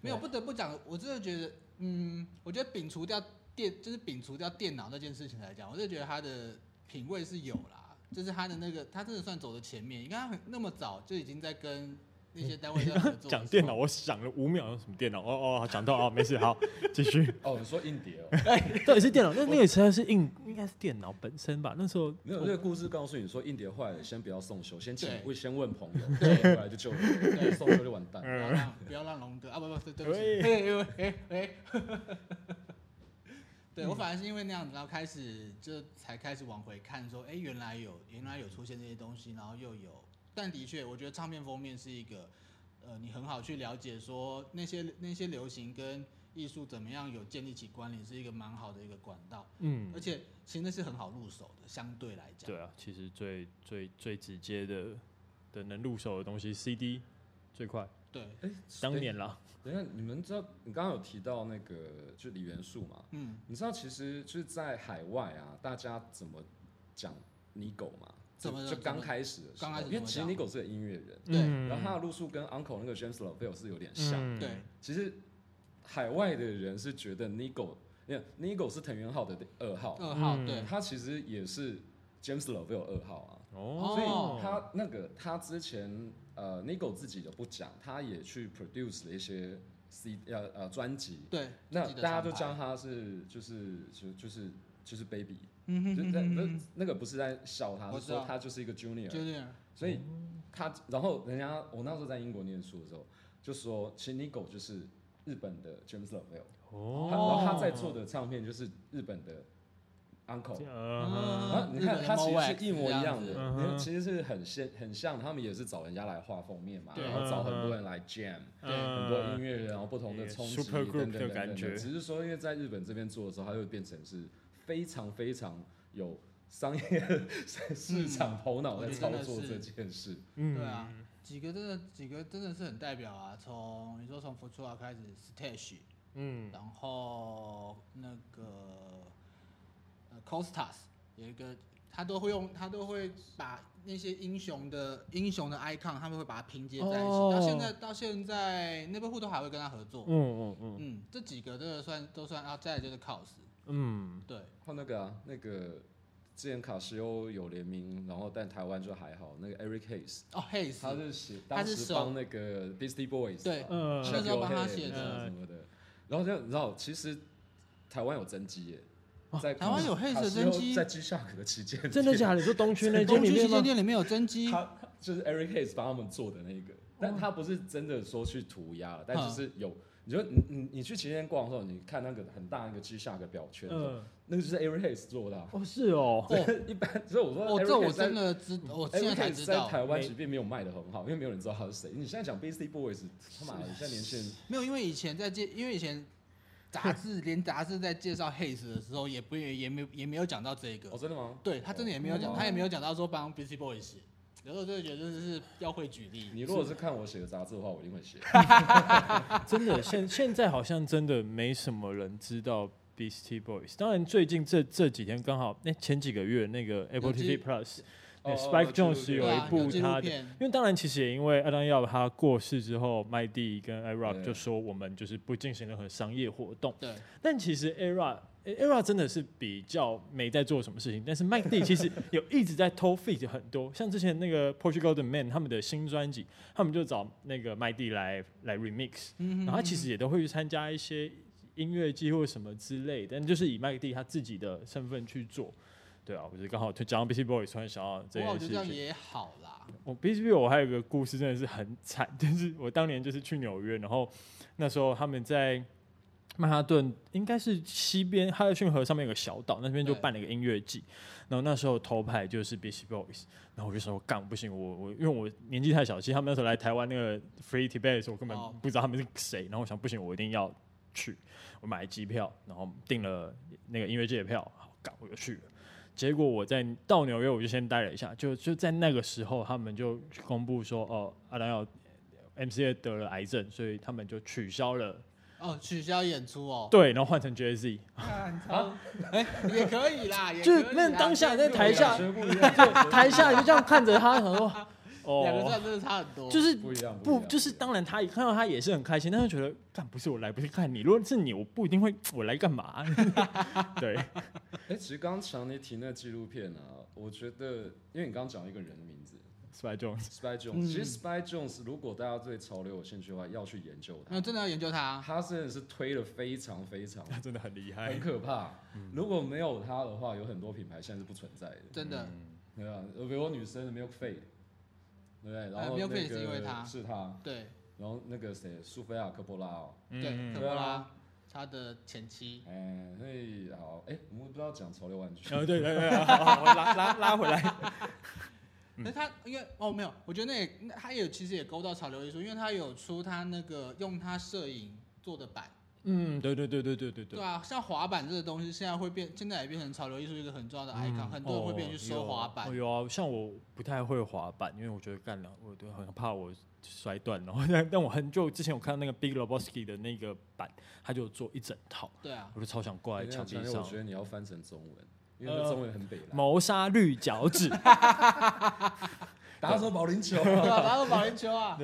S1: 没有不得不讲，我真的觉得，嗯，我觉得摒除掉电，就是摒除掉电脑那件事情来讲，我就觉得他的品味是有啦，就是他的那个，他真的算走的前面。你看他很那么早就已经在跟那些单位在合作，
S2: 讲电脑，，我想了五秒，有什么电脑？哦哦，讲到啊，没事， 好，继续。
S3: 哦，你说硬碟哦，
S2: 到底是电脑？那那个时候是硬，应该是电脑本身吧？那时候
S3: 没有
S2: 我
S3: 那个故事告诉你说硬碟坏了，先不要送修，先请
S1: 对
S3: 问先问朋友，对，后来就救人，送修就完蛋。
S1: 不
S2: 嗯
S1: 要让不要让龙哥啊，不不对对不起，
S2: 喂
S1: 嘿 喂喂喂对我反而是因为那样子，然后开始就才开始往回看说，哎，原来有原来有出现这些东西，然后又有，但的确，我觉得唱片封面是一个，呃，你很好去了解说那些那些流行跟艺术怎么样有建立起关联，是一个蛮好的一个管道，
S2: 嗯
S1: 而，且其实那是很好入手的，相对来讲，
S2: 对啊，其实最最最直接的的能入手的东西，CD 最快，
S1: 对，
S3: 哎，
S2: 当年啦，
S3: 等一下，你们知道你刚刚有提到那个就李元素嘛？
S1: 嗯，
S3: 你知道其实就是在海外啊，大家怎么讲尼狗嘛？就
S1: 怎么
S3: 就
S1: 怎么
S3: 刚开始的时候，
S1: 刚开始
S3: 因为
S1: 怎么
S3: 其实
S1: 讲
S3: 尼狗是个音乐人，
S1: 对
S2: 嗯
S3: 然后他的路数跟 Uncle 那个 James Lovell 是有点像。
S2: 嗯
S1: 对
S3: 其实海外的人是觉得 Nigo，因为 Nigo 是藤原浩的二号，
S1: 二号
S2: 嗯
S1: 哦对，
S3: 他其实也是 James Lovell 二号啊。
S2: 哦，
S3: 所以他那个他之前呃 Nigo 自己的不讲，他也去 produce 了一些 C 呃呃专辑，
S1: 对，
S3: 那
S1: 自己的欸
S3: 大家就
S1: 厂牌
S3: 叫他是就是就就是就是 baby，
S1: 嗯
S3: 就
S1: 哼
S3: 是
S1: 哼
S3: 在
S1: 哼
S3: 那
S1: 哼
S3: 那个不是在笑他，
S1: 我
S3: 是
S1: 知道
S3: 说他就是一个
S1: 哼，
S3: junior，
S1: 就这样，
S3: 所以他然后人家我那时候在英国念书的时候就说，其实 Nigo 就是日本的 James Lovell。
S2: 哦，
S3: 他然后他在做的唱片就是日本的 Uncle，
S2: 嗯
S3: 然后你看
S1: 日本的
S3: 他其
S1: Mowax
S3: 实是一模一样
S1: 这
S3: 的，
S2: 样子
S3: 你看其实是很像很像，他们也是找人家来画封面嘛，
S1: 对
S3: 然后找
S1: 嗯
S3: 很多人来 jam，很多音乐人，然后不同的冲击
S2: 呃 Super
S3: 等
S2: group
S3: 等等
S2: 的
S3: 等
S2: 感
S3: 等
S2: 觉
S3: 等，只是说因为在日本这边做的时候，它就变成是非常非常有商业市场头脑在操作这件事，
S2: 嗯
S1: 对啊，几个真的几个真的是很代表啊，从你说从 f u t u r a 开始 Stash，
S2: 嗯，
S1: 然后那个呃 Costas 有一个，他都会用他都会把那些英雄的英雄的 icon，他们会把它拼接在一起，
S2: 哦
S1: 到现在到现在内部户都还会跟他合作
S2: 嗯，嗯嗯
S1: 嗯，这几个真的算都算啊，再来就是 Cos，
S2: 嗯，
S1: 对，
S3: 还有那个啊那个。之前卡西欧有联名，然后但台湾就还好。那个 Eric Hayes，
S1: 哦 Hayes，
S3: 他是写，
S1: 他
S3: 当
S1: 是
S3: 时
S1: 手
S3: 帮那个 Beastie Boys 呃
S1: 对
S2: 嗯
S1: 那时候帮他写
S2: 的
S3: 的什么
S2: 呃
S3: 的，然后就你知道，其实台湾有真机耶，在
S1: 台湾有黑色真机
S3: 在 G Shock 的期间，
S2: 真的假的？你说东区那
S1: 东
S2: 间里
S1: 区旗
S2: 面
S1: 舰
S2: 吗？
S1: 店里面有真机，
S3: 他就是 Eric Hayes 帮他们做的那个，但他不是真的说去涂鸦了，但
S1: 哦嗯
S3: 就是有。你就你你你去旗舰店逛的时候，你看那个很大那个 G Shock 的表圈，
S2: 嗯，
S3: 那个就是 Eric Hayes 做的啊、
S2: 哦是哦，
S3: 一般，所以我说 Eric
S1: 哦，这
S3: Hayes
S1: 我
S3: 在
S1: 真
S2: 哎
S1: 的知，我现在
S3: Eric
S1: 才
S3: Hayes
S1: 知
S3: 在
S1: 道。
S3: 台湾
S2: 没
S3: 其实并没有卖的很好，因为没有人知道他是谁。你现在讲 Beastie Boys，他妈的，现在年轻人
S1: 没有，因为以前在介，因为以前杂志连杂志在介绍 Haze 的时候，也不也也没有也没有讲到这个。
S3: 哦，真的吗？
S1: 对他真的也没有讲，
S3: 哦
S1: 他也没有讲到说帮 b c Boys 写。有时候就会觉得这是要会举例。
S3: 你如果是看我写的杂志的话，我一定 会写。
S2: 真的，现现在好像真的没什么人知道 Beastie Boys。当然，最近这这几天刚好，那、前几个月那个 Apple
S1: 有纪
S2: TV Plus，那
S3: 哦
S2: Spike
S3: 哦纪录
S2: Jonze
S3: 片
S1: 对啊
S2: 有一部
S1: 纪录
S2: 他的
S1: 片
S2: 因为当然其实也因为艾当耀他过世之后，麦蒂跟 a r o c
S3: 对
S2: 就说我们就是不进行任何商业活动。
S1: 对，
S2: 但其实 ERA ERA 真的是比较没在做什么事情，但 是麦蒂其实有一直在偷 feat 很多，像之前那个 Portugal 的 Man 他们的新专辑，他们就找那个麦蒂来来 remix，
S1: 嗯
S2: 然后他其实也都会去参加一些音乐季或什么之类的，但就是以麦蒂他自己的身份去做。对啊，我觉得刚好就讲到 b c Boys，突然想到这
S1: 不过我
S2: 件
S1: 觉得这
S2: 事
S1: 样
S2: 情。
S1: 也好啦。
S2: 我 b c b 我还有一个故事真的是很惨，就是我当年就是去纽约，然后那时候他们在曼哈顿，应该是西边哈尔逊河上面有个小岛，那边就
S1: 对
S2: 办了一个音乐季，然后那时候头牌就是 b c Boys，然后我就说干不行，我我因为我年纪太小，其实他们那时候来台湾那个 Free Tibet 的时候，我根本
S1: 哦
S2: 不知道他们是谁，然后我想不行，我一定要去，我买机票，然后订了那个音乐季的票，好，赶我就去了。结果我在到纽约，我就先待了一下，就就在那个时候，他们就公布说，哦，阿兰要 MCA 得了癌症，所以他们就取消了，
S1: 哦，取消演出哦。
S2: 对，然后换成 Jay Z，
S1: 看超，哎，也可以啦，也
S2: 就是
S1: 可以
S2: 那
S1: 啦
S2: 当下在
S1: 这个
S2: 台下
S3: 感觉不一样，感觉不一
S2: 啊
S3: 样
S2: 台下就这样看着他，想说，
S1: 两个
S2: 哦，
S1: 算真的差很多，
S2: 就是
S3: 不一样，
S2: 不
S3: 一样
S2: 就是当然他一看到他也是很开心，但是觉得干不是我来不是看你，如果是你，我不一定会我来干嘛、 对，
S3: 哎、其实刚刚强尼提那纪录片啊，我觉得，因为你刚刚讲一个人的名字
S2: s p y Jones，
S3: ，Spy Jones，、
S1: 嗯
S3: 其实 Spy Jones 如果大家对潮流有兴趣的话，要去研究
S1: 那
S3: 他，
S1: 真的要研究它。
S3: 他真的是推的非常非常
S2: 他啊真的很
S1: 哎
S2: 厉害
S3: 很，可怕。
S1: 嗯
S3: 如果没有他的话，有很多品牌现在是不存在的。
S1: 真的，
S2: 嗯
S3: 对啊，呃比如女生的 Milk Fate，对不对？然
S1: 呃
S3: 后、那
S1: ，Milk
S3: 个
S1: Fate 是因为他
S3: 是他，
S1: 对
S3: 然后那个谁，苏菲亚科波拉哦，
S1: 对，
S2: 嗯
S1: 科
S3: 对
S1: 波拉
S3: 啊
S1: 他的前妻，
S3: 哎、所以好，哎、我们不知道讲潮 流玩具，
S2: 呃，对对对，好好我拉拉拉回 来，嗯
S1: 那他因为哦没有，我觉得那也那他也其实也勾到潮流艺术，因为他有出他那个用他摄影做的版，
S2: 嗯，对对对对对对
S1: 对啊，像滑板这个东西现在会变，现在也变成潮流艺术一个很重要的 icon，、很多人会变去收滑板
S2: 嗯哦。有啊，像我不太会滑板，因为我觉得干了，我都很怕我摔断。然后， 但但我很久之前我看到那个 Big Lebowski 的那个板，他就做一整套，
S1: 对啊，
S2: 我就超想挂在
S3: 哎
S2: 墙
S3: 强
S2: 壁
S3: 尼
S2: 上
S3: 我。觉得你要翻成中文，因
S1: 呃
S3: 为那中文很北蓝。
S2: 谋杀绿脚趾，
S3: 打什么保龄球？
S1: 对啊，打个保龄球 啊，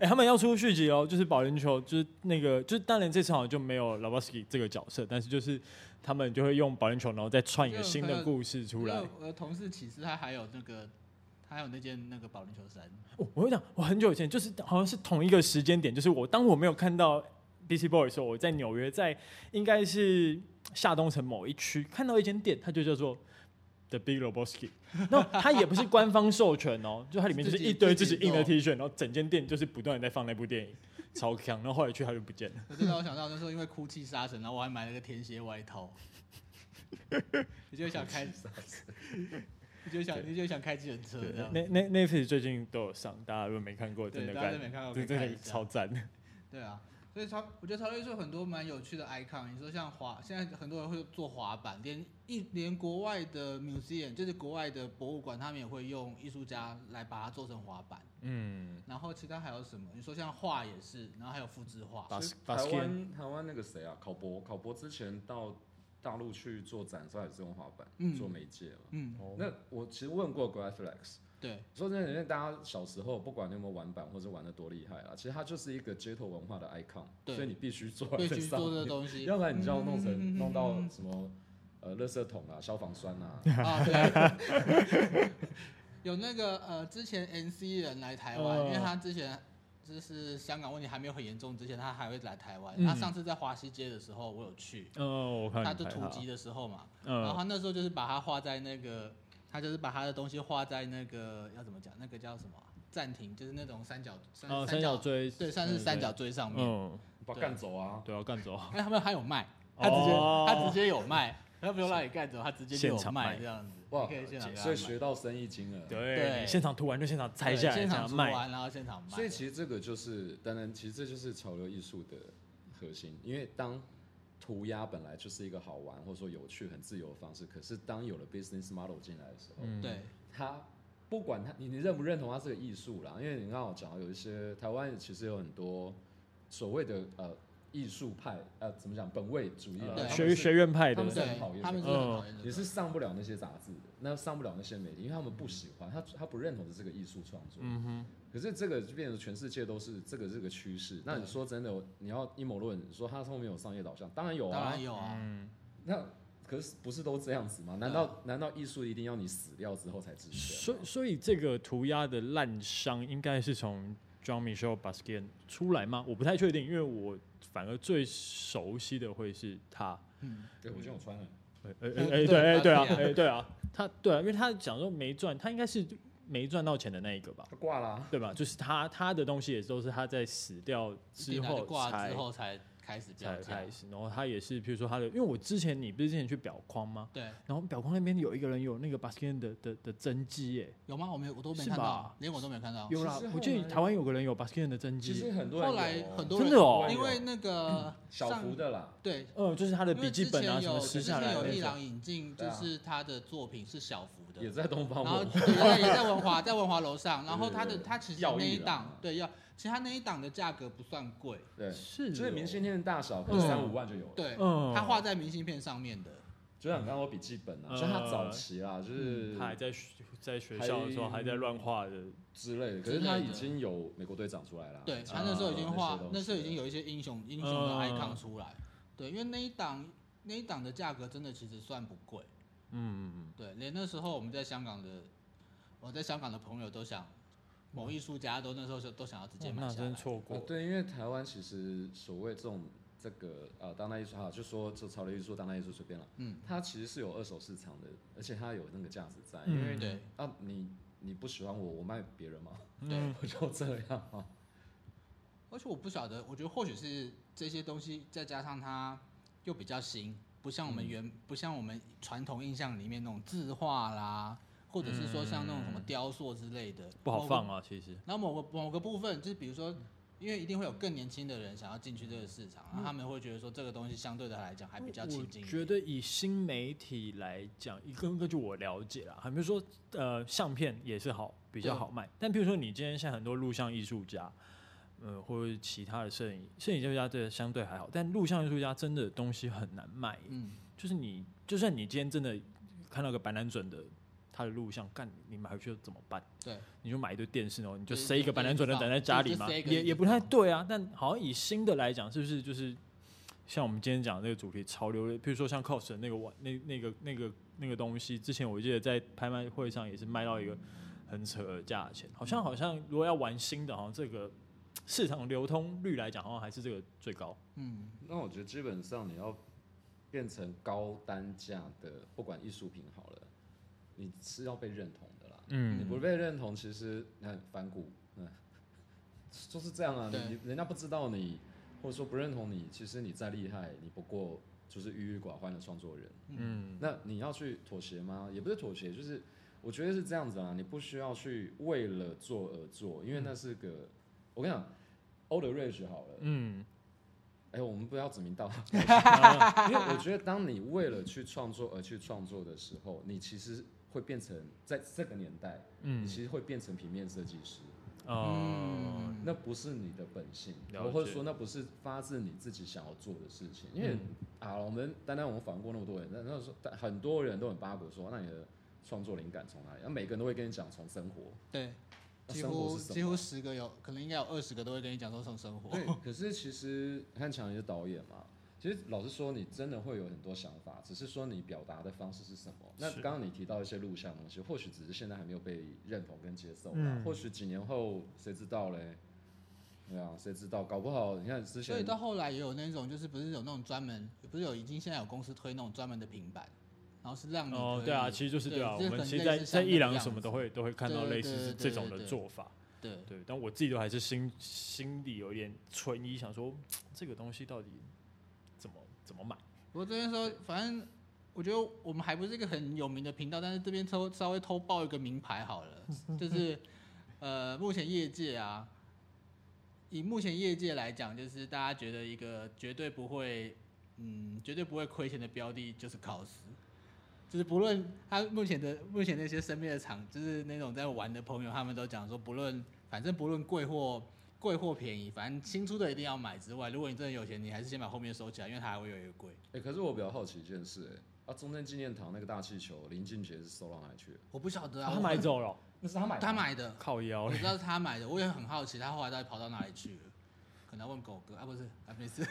S2: 哎、他们要出续集哦，就是保龄球，就是那个，就是当然这次好像就没有 Lebowski 这个角色，但是就是他们就会用保龄球，然后再串一个新的故事出来
S1: 因为。我的同事启示他还有那个，他还有那件那个保龄球衫，
S2: 我哦我跟你讲，我很久以前就是好像是同一个时间点，就是我当我没有看到 BC Boy 的时候，我在纽约，在应该是下东城某一区看到一间店，它就叫做 The Big Lebowski，然后它也不是官方授权哦，就它里面就是一堆自己印的 T 恤，然后整间店就是不断的在放那部电影，超强，然后后来去它就不见了。
S1: 我就让我想到那时候因为哭泣杀神，然后我还买了个天蝎外套，你就会想开，你就会想你就会想开计程车这样，
S2: 那那那 t 最近都有上，大家如果没看过，真
S1: 对，
S2: 的
S1: 大家
S2: 干
S1: 都，没看过，可以
S2: 这真
S1: 看
S2: 的
S1: 一下
S2: 超。赞。
S1: 对啊，所以潮，我觉得潮流艺术有很多蛮有趣的 icon。你说像滑，现在很多人会做滑板，连一连国外的 museum，就是国外的博物馆，他们也会用艺术家来把它做成滑板。
S2: 嗯，
S1: 然后其他还有什么？你说像画也是，然后还有复制画。
S2: 把
S3: 其实
S2: 把
S3: 台
S2: skin
S3: 湾台湾那个谁啊，考博考博之前到大陆去做展示，也是用滑板、
S1: 嗯
S3: 做媒介嘛。
S1: 嗯，
S2: 哦，
S3: 那我其实问过 Graflex，
S1: 对，
S3: 说真的，因为大家小时候不管你有没有玩板或者玩的多厉害啦，其实它就是一个街头文化的 icon，
S1: 对
S3: 所以你必须做
S1: 对，
S3: 在
S1: 去
S3: 上
S1: 做这个
S3: 面，
S1: 东西。
S3: 要不然你就要弄成、
S1: 嗯
S3: 弄到
S1: 嗯嗯嗯
S3: 什么呃，垃圾桶啊、消防栓啊，
S1: 啊，对。 有那个呃，之前 NC 人来台湾，
S2: 呃
S1: 因为
S3: 哦
S1: 他之前就是香港问题还没有很严重之前，他还会来台湾。
S2: 嗯
S1: 他上次在华西街的时候，我有去。
S2: 哦，我看
S1: 他
S2: 你
S1: 就
S2: 拍
S1: 突
S2: 它
S1: 击的时候嘛，然后
S2: 嗯，
S1: 他那时候就是把它画在那个，他就是把他的东西画在那个要怎么讲，那个叫什么啊暂停，就是那种三角三
S2: 哦，
S1: 三
S2: 三角锥，
S1: 对，算是三角锥上面。
S2: 嗯，
S3: 把它干走啊。
S2: 对啊，干走，
S1: 哎，他们还有卖，他直接
S2: 哦
S1: 他直接有卖，他不用让你干走，他直接就
S2: 现
S1: 有
S2: 场卖
S1: 卖这样子，
S3: 哇
S1: 你可以现场给，他
S3: 所以
S1: 买
S3: 学到生意经了。
S2: 对，
S1: 对
S2: 你现场涂完就现场拆
S1: 对
S2: 下来，
S1: 现场
S2: 这
S1: 出
S2: 样卖，
S1: 完然后现场卖。
S3: 所以其实这个就是，当然，其实这就是潮流艺术的核心，因为当涂鸦本来就是一个好玩或者说有趣、很自由的方式，可是当有了 business model 进来的时候，
S2: 嗯
S1: 对，
S3: 它不管它你你认不认同它是个艺术啦，因为你刚好讲到有一些台湾其实有很多所谓的呃艺术派，呃怎么讲本位主义啦，
S1: 对
S2: 呃
S3: 他们
S2: 学
S3: 是
S2: 学院派的
S3: 他，们是很
S1: 对
S3: 讨厌
S1: 他们
S3: 这
S1: 是
S2: 个
S1: 很讨厌这
S3: 也
S1: 个
S3: 是上不了那些杂志的，那上不了那些媒体，因为他们不喜欢，他他不认同这是个艺术创作。
S2: 嗯哼，
S3: 可是这个就变成全世界都是这个这个趋势。那你说真的，你要阴谋论，你说它后面有商业导向，当然有
S1: 当
S3: 啊
S1: 然。有啊，
S2: 嗯，
S3: 那可是不是都这样子吗？难道、难道艺术一定要你死掉之后才值
S2: 所
S1: 啊
S3: 钱
S2: 以
S3: 吗？
S2: 所以这个涂鸦的烂伤应该是从 John Michel Basquiat 出来吗？我不太确定，因为我反而最熟悉的会是他，
S1: 嗯，
S3: 对，我就有穿了。
S2: 哎哎哎哎，对哎对啊哎对啊，他对啊，因为他讲说没赚，他应该是没赚到钱的那一个吧。
S3: 它
S1: 啊
S3: 挂啦、
S2: 对吧？就是他他的东西也都是他在死掉
S1: 一
S2: 之
S1: 拿就
S2: 后
S1: 挂
S2: 才
S1: 之后才开始标
S2: 才
S1: 价
S2: 开，始。然后他也是，譬如说他的，因为我之前你不是之前去表框吗？
S1: 对，
S2: 然后表框那边有一个人有那个 Baskin 的的的真机耶，
S1: 有吗？我没有，我都没
S2: 是
S1: 看到
S2: 吧，
S1: 连我都没有看到。
S2: 有啦
S3: 其实，后
S2: 我记得
S3: 来
S2: 台湾有个人有 Baskin 的真
S3: 其
S2: 机
S3: 实
S2: 耶，
S3: 很多人
S1: 后来
S3: 有哦
S1: 很多
S2: 真
S1: 人
S2: 的哦
S1: 因为那个
S3: 嗯小
S1: 上
S3: 幅的啦，
S1: 对，
S2: 嗯，就是他的
S1: 因
S2: 笔
S1: 为
S2: 记
S1: 之
S2: 本
S1: 前
S2: 啊什
S1: 有
S2: 么
S1: 之
S2: 撕下
S1: 前
S2: 来
S1: 有
S2: 的
S1: 伊
S2: 那
S1: 朗
S2: 种，
S1: 引进，
S3: 对
S1: 就
S3: 啊
S1: 是他的作品是小幅的，
S3: 也在东方
S1: 然后
S3: 文化。
S1: 对，在也在文华，在文华楼上。然后
S3: 对
S1: 他的
S3: 对
S1: 他其实
S3: 药
S1: 那
S3: 艺
S1: 一
S3: 啦
S1: 档，对要，其实他那一档的价格不算贵，
S3: 对，
S2: 是
S3: 就是
S2: 哦
S3: 明信片的大小，可
S2: 嗯
S3: 能三五万就有了。
S1: 对，
S2: 嗯，
S1: 他画在明信片上面的。
S3: 就像你刚刚说笔记本啊，
S2: 嗯
S3: 像他早期啦，
S1: 嗯
S3: 就是
S2: 他还在学在学校的时候还在乱画的，
S3: 之类的，可
S1: 之
S3: 是
S1: 类的
S3: 他已经有美国队长出来了。
S1: 对，
S3: 啊
S1: 他那时候已经画，那时候已经
S3: 有。
S1: 有一些英雄英雄的
S2: 啊嗯
S1: icon 出来。对，因为那一档那一档的价格真的其实算不贵。
S2: 嗯，
S1: 对，连那时候我们在香港的，我在香港的朋友都想，某艺术家都那时候就都想要直接
S2: 哇
S1: 买
S2: 那
S1: 下
S2: 真
S1: 来。
S2: 错
S3: 哦
S2: 过，，
S3: 对，因为台湾其实所谓这种这个呃当代艺术哈，就说这潮流艺术、当代艺术随便了，
S1: 嗯，
S3: 它其实是有二手市场的，而且它有那个价值在。
S2: 嗯
S3: 因为
S1: 对
S3: 啊，你你不喜欢我，我卖别人嘛，
S1: 对。
S2: 嗯
S3: 我 就这样啊。
S1: 而且我不晓得，我觉得或许是这些东西，再加上它又比较新，不像
S2: 嗯
S1: 我们原、不像我们传统印象里面那种字画啦，或者是说像那种什么雕塑之类的，
S2: 嗯不好
S1: 某个
S2: 放。啊，其实，
S1: 然后某个某个部分，就是比如
S2: 嗯
S1: 说，因为一定会有更年轻的人想要进去这个市场，然后他们会觉得说这个东西相对的来讲还比较亲近一点。
S2: 我觉得以新媒体来讲，一个个就我了解啦，还没说呃相片也是好比较
S1: 对
S2: 好卖，但譬如说你今天像很多录像艺术家，呃，或者其他的摄影摄影艺术家，这相对还好，但录像艺术家真的东西很难卖，
S1: 嗯，
S2: 就是你就算你今天真的看到个白南准的。他的录像干，你买回去又怎么办？
S1: 对，
S2: 你就买一堆电视，然哦后你就
S1: 就是
S2: 塞一个白南准的等在家里
S1: 就
S2: 嘛，
S1: 塞一个
S2: 也
S1: 一直
S2: 也不太
S1: 放
S2: 对啊。但好像以新的来讲，是不是就是像我们今天讲的这个主题潮流的，比如说像 cos 的那个玩那那个那个那个东西，之前我记得在拍卖会上也是卖到一个很扯的价钱，好像好像如果要玩新的，好像这个市场流通率来讲，好像还是这个最高。
S1: 嗯，
S3: 那我觉得基本上你要变成高单价的，不管艺术品好了，你是要被认同的啦。你
S2: 嗯
S3: 不被认同，其实你看反骨，嗯，就是这样啊。
S1: 对
S3: 你人家不知道你，或者说不认同你，其实你再厉害，你不过就是郁郁寡欢的创作人。
S2: 嗯
S3: 那你要去妥协吗？也不是妥协，就是我觉得是这样子啊，你不需要去为了做而做，因为那是个，我跟你讲，欧德瑞学好了，
S2: 嗯，
S3: 哎、我们不要指名 道姓，因为我觉得当你为了去创作而去创作的时候，你其实会变成在这个年代，
S2: 嗯
S3: 你其实会变成平面设计师，
S1: 嗯
S2: 哦，
S3: 那不是你的本性，
S2: 了解
S3: 我会说那不是发自你自己想要做的事情，因为、
S2: 嗯
S3: 啊，我们单单我们访问过那么多人，那那时候但很多人都很八卦说，那你的创作灵感从哪里？那每个人都会跟你讲从生活，
S1: 对，
S3: 那
S1: 几
S3: 生活
S1: 乎
S3: 是什么？
S1: 几乎十个有，可能应该有二十个都会跟你讲说从生活。
S3: 对，可是其实汉强也是导演嘛，其实老实说，你真的会有很多想法，只是说你表达的方式是什么。那
S2: 是
S3: 刚刚你提到一些录像的东西，或许只是现在还没有被认同跟接受啦，
S2: 嗯
S3: 或许几年后谁知道嘞？对啊，谁知道？搞不好你看之
S1: 所以
S3: 前
S1: 到后来也有那种，就是不是有那种专门，不是有已经现在有公司推那种专门的平板，然后是让你
S2: 哦
S1: 可，以
S2: 对啊，其实就是对啊，
S1: 嗯对就
S2: 我们
S1: 很
S2: 其实
S1: 类
S2: 在
S1: 似
S2: 在
S1: 像
S2: 伊
S1: 那个
S2: 朗
S1: 样
S2: 什么
S1: 子
S2: 都会都会看到
S1: 对
S2: 类
S1: 对
S2: 似
S1: 对
S2: 这种
S1: 对
S2: 的
S1: 对
S2: 做法。
S1: 对
S2: 对，但我自己都还是心心里有一点存疑，想说这个东西到底怎么怎么买？
S1: 不过这边说，反正我觉得我们还不是一个很有名的频道，但是这边偷稍微偷报一个名牌好了，就是呃，目前业界啊，以目前业界来讲，就是大家觉得一个绝对不会，嗯，绝对不会亏钱的标的就是 cos。就是不论他目前的目前那些身边的厂，就是那种在玩的朋友，他们都讲说，不论反正不论贵或贵或便宜，反正新出的一定要买之外，如果你真的有钱，你还是先把后面收起来，因为它还会有一个贵。
S3: 哎、可是我比较好奇一件事、哎，啊，中正纪念堂那个大气球，林俊杰是收到哪里去了？
S1: 我不晓得啊，
S2: 他
S1: 我
S2: 买哦走了哦，
S3: 那是他买
S1: 他买的，
S2: 靠腰
S1: 我
S2: 嘞，
S1: 知道是他买的，我也很好奇他后来到底跑到哪里去了，可能要问狗哥啊，不是啊，没事，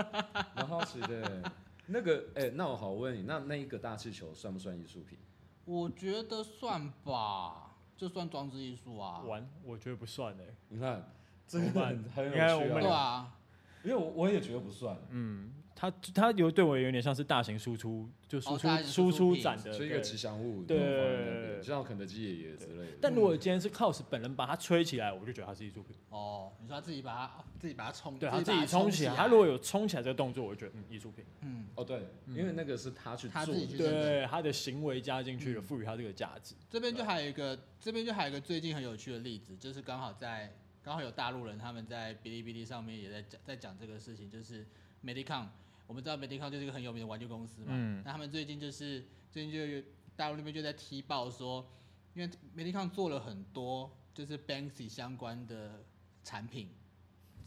S3: 蛮好奇的、哎那个，哎、那我好问你，那那一个大气球算不算艺术品？
S1: 我觉得算吧，就算装置艺术啊，
S2: 玩我觉得不算哎，
S3: 你看，这个很很有
S2: 你
S3: 趣、啊。
S2: 看我们
S1: 对啊，
S3: 因为我我也觉得不算，
S2: 嗯，它它有对我有点像是大型输出，就输
S1: 哦
S2: 出、
S1: 大型输
S2: 输
S1: 出
S2: 出
S1: 品
S2: 展的，
S3: 是一
S2: 对
S3: 个吉祥物，
S2: 对
S3: 然后放在那边
S2: 对
S3: 就像肯德基爷爷之类的。嗯
S1: 嗯
S2: 但如果今天是 cos 本人把它吹起来，我就觉得它是艺术品。
S1: 哦，你说他自己把它哦自己把它冲，
S2: 对，它自
S1: 把
S2: 己
S1: 它
S2: 冲起
S1: 起
S2: 来，它如果有冲起来这个动作，我就觉得嗯，艺术品。
S1: 嗯，
S3: 哦，对，因为那个是他去
S1: 他
S3: 做
S1: 自己去
S3: 的，
S1: 对对
S2: 对，它的嗯行为加进去，赋予它这个价值。
S1: 这边就还有一个，这边就还有一个最近很有趣的例子，就是刚好在刚好有大陆人他们在哔哩哔哩上面也在讲在讲这个事情，就是 Medicom，我们知道 Medicom 就是一个很有名的玩具公司嘛，
S2: 嗯
S1: 那他们最近就是最近就有大陆那边就在踢爆说，因为 Medicom 做了很多就是 Banksy 相关的产品，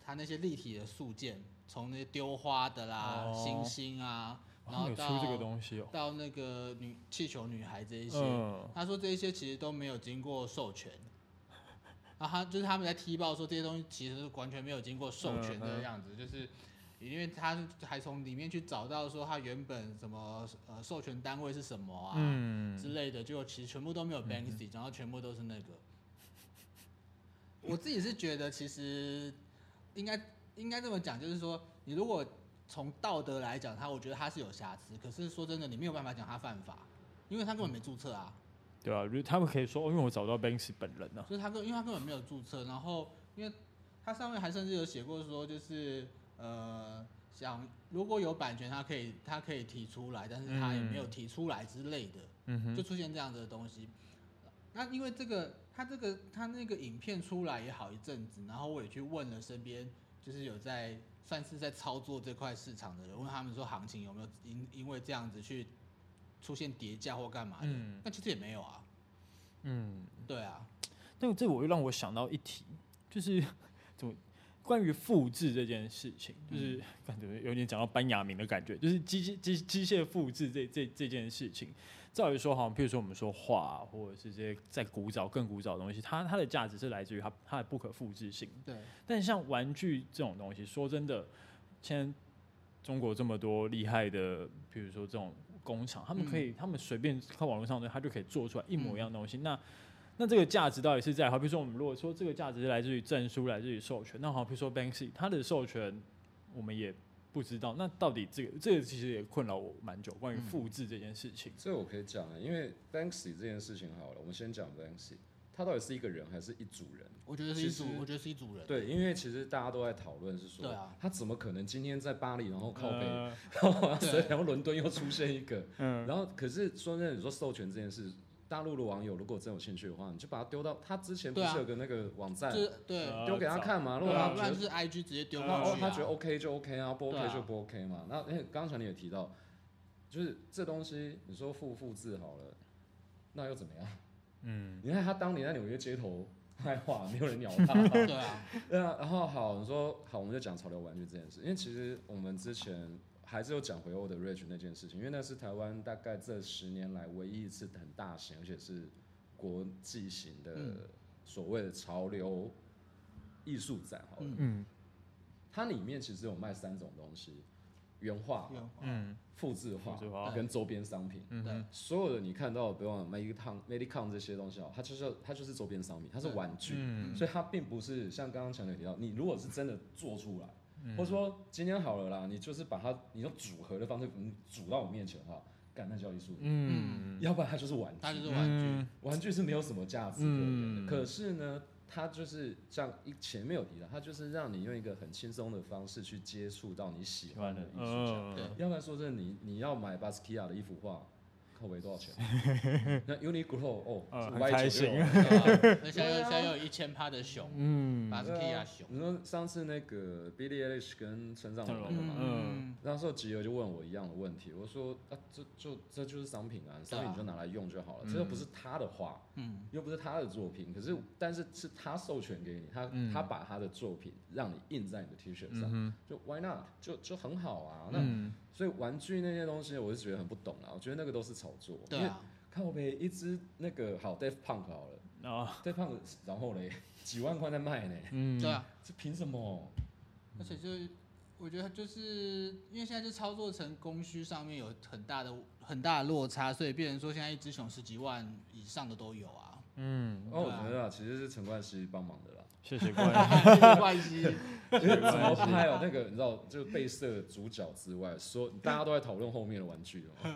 S1: 它那些立体的塑件，从那些丢花的啦、
S2: 哦
S1: 星星啊，
S2: 哦
S1: 然后
S2: 有
S1: 到
S2: 出这个东西哦。
S1: 到那个女气球女孩这一些。
S2: 嗯，
S1: 他说这一些其实都没有经过授权，啊，他就是他们在踢爆说这些东西其实是完全没有经过授权
S2: 嗯
S1: 的
S2: 嗯
S1: 样子，就是因为他还从里面去找到说他原本什么呃授权单位是什么啊、
S2: 嗯
S1: 之类的，就其实全部都没有 Banksy，、然后全部都是那个。我自己是觉得其实应该应该这么讲，就是说你如果从道德来讲，他我觉得他是有瑕疵，可是说真的，你没有办法讲他犯法，因为他根本没注册啊。
S2: 对啊，就是他们可以说，哦，因为我找到 Banksy 本人啊。
S1: 就是他根，因为他根本没有注册，然后因为他上面还甚至有写过说，就是呃，想如果有版权，他可以他可以提出来，但是他也没有提出来之类的，
S2: 嗯
S1: 就
S2: 哼，
S1: 出现这样子的东西。那因为这个，他这个他那个影片出来也好一阵子，然后我也去问了身边就是有在算是在操作这块市场的人，问他们说行情有没有因因为这样子去出现叠价或干嘛的，
S2: 嗯
S1: 那其实也没有啊，
S2: 嗯，
S1: 对啊，
S2: 但这我又让我想到一题，就是 怎么关于复制这件事情，就是感觉有点讲到班雅明的感觉，就是机械机机械复制这这这件事情。照理说，好像譬如说我们说画，或者是这些在古早更古早的东西，它它的价值是来自于它它的不可复制性。
S1: 对，
S2: 但像玩具这种东西，说真的，现在中国这么多厉害的，比如说这种工厂，他们可以，他们随便看网络上的，他就可以做出来一模一样的东西。那那这个价值到底是在？好比说，我们如果说这个价值是来自于证书，来自于授权，那好比说 Banksy 它的授权，我们也不知道。那到底这个这个其实也困扰我蛮久，关于
S1: 嗯
S2: 复制这件事情。
S3: 这我可以讲啊，因为 Banksy 这件事情好了，我们先讲 Banksy，他到底是一个人还是一组人？
S1: 我觉得是一
S3: 其实
S1: 组，我觉得是一组人，
S3: 对，因为其实大家都在讨论是说，
S1: 对啊
S3: 他怎么可能今天在巴黎，然后靠北，
S2: 呃
S3: 然后
S1: 对
S3: 所以然后伦敦又出现一个，
S2: 嗯，
S3: 然后可是说真的，你说授权这件事，大陆的网友如果真有兴趣的话，你就把它丢到他之前不
S1: 对啊
S3: 是有个那个网站，
S1: 就是对，
S2: 呃
S3: 丢给他看嘛，如
S1: 对
S3: 果
S1: 啊，
S3: 他
S1: 不
S3: 觉
S1: 然
S3: 得
S1: 就是 IG 直接丢
S2: 有
S1: 过
S3: 那
S2: 兴
S3: 哦
S1: 去
S3: 他觉得
S1: 啊。
S3: OK 就 OK 啊，不
S1: 对
S3: OK
S1: 啊
S3: 就不 OK 嘛。那因为刚才你也提到，就是这东西你说复复制好了，那又怎么样？嗯，你看他当年在纽约街头卖画，没有人鸟他嘛。
S1: 对啊，
S3: 对啊，然后好，你说好，我们就讲潮流玩具这件事，因为其实我们之前还是有讲回我的 Rich 那件事情，因为那是台湾大概这十年来唯一一次很大型，而且是国际型的
S1: 嗯
S3: 所谓的潮流艺术展，好了，
S1: 嗯
S2: 嗯
S3: 它里面其实有卖三种东西：原画、
S1: 有
S2: 嗯
S3: 复制画
S2: 复制画
S3: 跟周边商品。
S2: 嗯
S1: 对
S2: 哼，
S3: 所有的你看到的，比如 Medicom、Medicom 这些东西啊，它就是它就是周边商品，它是
S1: 对
S3: 玩具。
S2: 嗯
S3: 所以它并不是像刚刚强姐提到，你如果是真的做出来，
S2: 嗯
S3: 或者说今天好了啦，你就是把它你用组合的方式，你组到我面前哈，干那叫艺术，
S2: 嗯，
S3: 要不然它就是玩
S1: 他就
S3: 具，
S1: 是玩具，
S3: 玩具是没有什么价值可言的。
S2: 嗯
S3: 可是呢，它就是像一前面有提到，它就是让你用一个很轻松的方式去接触到你喜
S2: 喜欢
S3: 欢
S2: 的
S3: 的艺术家。
S2: 嗯
S1: 对
S3: 要不然说真的，你你要买 Basquiat 的一幅画，靠没多 少钱？那 Uniqlo 哦，
S2: 呃很
S3: 歪哦
S2: 开
S3: 九
S2: 心
S3: 六
S1: 而且
S3: 对
S1: 有
S3: 啊
S1: 现在有一千趴的熊，
S2: 嗯
S1: 巴斯
S3: 对
S1: 克亚
S3: 啊
S1: 熊，
S3: 你说上次那个 Billie Eilish 跟村上隆
S2: 嗯
S3: 嘛，
S1: 嗯，
S3: 那时候吉友就问我一样的问题，我说啊，这就这就是商品啊，商品你就拿来用就
S2: 嗯
S3: 好了，这又不是他的画，
S1: 嗯，
S3: 又不是他的作品，可是但是是他授权给你，他、
S2: 嗯
S3: 他把他的作品让你印在你的 T 恤上，
S2: 嗯
S3: 就 Why not？就就很好啊。
S2: 哼
S3: 那、
S2: 嗯
S3: 所以玩具那些东西，我是觉得很不懂啊，我觉得那个都是炒作，
S1: 对
S3: 因为
S1: 啊，
S3: 靠呗，一只那个好 d a v e Punk 好了
S2: 然
S1: 哦
S2: 后
S3: d a v e Punk，然后嘞 几万块在卖呢，
S2: 嗯
S1: 对啊，
S3: 这凭什么？
S1: 而且就是我觉得就是因为现在就操作成供需上 面有很大的很大的落差，所以变成说现在一只熊十几万以上的都有啊，
S2: 嗯，
S3: 哦，我觉得啊，其实是陈冠希帮忙的 啦。
S2: 谢谢关。
S1: 谢谢冠希，
S3: 因为怎么拍哦？那个你知道，就是被摄主角之外，所大家都在讨论后面的玩具哦，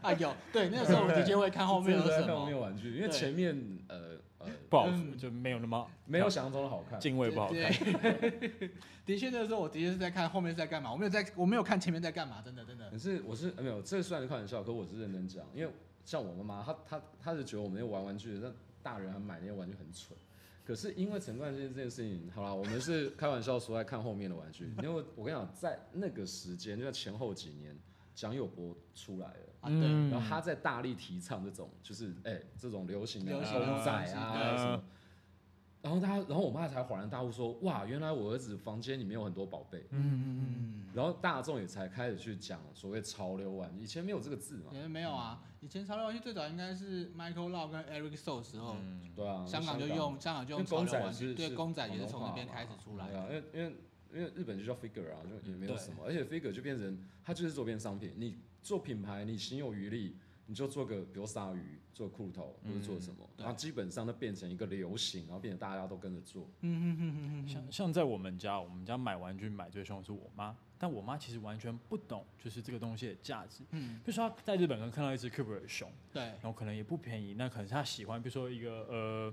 S1: 啊有，对，那个时候我的确会看后面有
S3: 真 的在
S1: 什
S3: 看后面
S1: 么，
S3: 的玩具，因为
S1: 对
S3: 前面呃呃
S2: 不好
S1: 嗯
S2: 就没有那么
S3: 没有想象中的好看。
S2: 敬畏不好看。
S1: 对。 的确，那个时候我的确是在看后面在干嘛，我没有在，我没有看前面在干嘛，真的真的。
S3: 可是我是呃没有，这虽然是开玩笑，可我是认真讲，因为像我妈妈，她她她是觉得我们那些玩玩具，那大人还买那些玩具很蠢。可是因为陈冠希这件事情，好啦，我们是开玩笑说在看后面的玩具，因为我跟你讲，在那个时间，就在前后几年，蒋友柏出来了。
S1: 啊，对，
S3: 然后他在大力提倡这种，就是哎、这种流行的
S1: 流
S2: 行的
S3: 公仔
S1: 东西
S3: 啊
S2: 对
S3: 什么。然后他，然后我妈才恍然大悟说，哇，原来我儿子房间里面有很多宝贝。
S1: 嗯嗯
S3: 然后大众也才开始去讲所谓潮流玩，以前没有这个字嘛
S1: 嗯，。也没有啊。以前潮流玩具最早应该是 Michael Lau 跟 Eric So 时候，
S3: 对啊，
S1: 嗯香港就用香港就用
S3: 因为
S1: 潮
S3: 公
S1: 流
S3: 仔
S1: 玩
S3: 是
S1: 具，对，
S3: 是
S1: 公仔也是
S3: 广东
S1: 从那
S3: 话
S1: 边
S3: 嘛
S1: 开始出来
S3: 对
S1: 的。
S3: 啊，因为因为因为日本就叫 figure 啊，就也没有
S1: 对
S3: 什么，而且 figure 就变成它就是做变商品。你做品牌，你心有余力，你就做个比如鲨鱼，做裤头，或者做什么，
S1: 对
S3: 然后基本上它变成一个流行，然后变成大家都跟着做。
S1: 嗯嗯嗯嗯嗯
S2: 像像在我们家，我们家买玩具买最凶的是我妈，但我妈其实完全不懂就是这个东西的价值。
S1: 嗯，
S2: 比如说她在日本可能看到一只 Q 的熊，
S1: 对，
S2: 然后可能也不便宜，那可能是她喜欢，比如说一个呃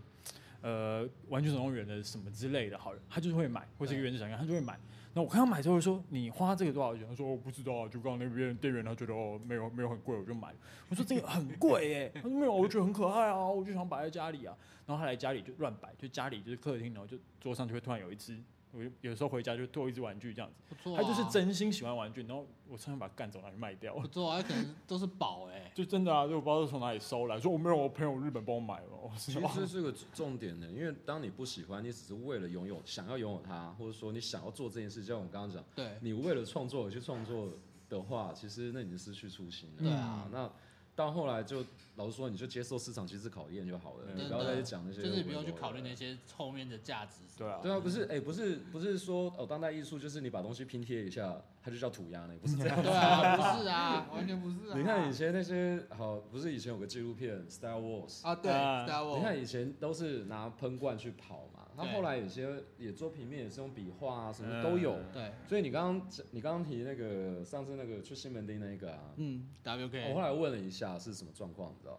S2: 呃玩具总动员的什么之类的，好人她就是会买，或是一个原子小钢，她就会买。那我看她买之后就说你花这个多少钱？她说我、不知道啊，就刚刚那边店员他觉得哦没有没有很贵，我就买。我说这个很贵耶、她说没有，我觉得很可爱啊，我就想摆在家里啊。然后他来家里就乱摆，就家里就是客厅，然后就桌上就会突然有一只，我就有时候回家就多一只玩具这样子。
S1: 不错啊。
S2: 他就是真心喜欢玩具，然后我常常把它干走拿去卖掉，
S1: 不错啊，可能都是宝哎。
S2: 就真的啊，就我不知道是从哪里收来，说我没有，我朋友日本帮我买了，我
S3: 其
S2: 说
S1: 哦
S3: 实这是个重点的，因为当你不喜欢，你只是为了拥有，想要拥有它，或者说你想要做这件事，就像我们刚刚讲，
S1: 对，
S3: 你为了创作而去创作的话，其实那你就失去初心了。
S1: 对啊
S3: 嗯，那到后来就老实说，你就接受市场机制考验就好了，
S2: 嗯
S3: 你不要再去讲那些，
S1: 就是不用去考虑那。些后面的价值。
S2: 对啊，
S3: 对啊，不是，哎、不是，不是说哦，当代艺术就是你把东西拼贴一下，它就叫涂鸦呢，不是这样。
S1: 对啊，不是啊，完全不是啊。
S3: 你看以前那些好，不是以前有个纪录片《Star Wars》，
S1: 啊，对
S2: 啊
S1: ，Star
S3: 你
S1: Wars，
S3: 看以前都是拿喷罐去跑嘛，他
S1: 对
S3: 后来有些也做平面，也是用笔画啊，什
S2: 嗯
S3: 么都有。
S1: 对，
S3: 所以你刚刚你刚刚提那个上次那个去西门町那个啊，
S1: 嗯
S3: 我
S1: ，WK，
S3: 后来问了一下是什么状况，你知道？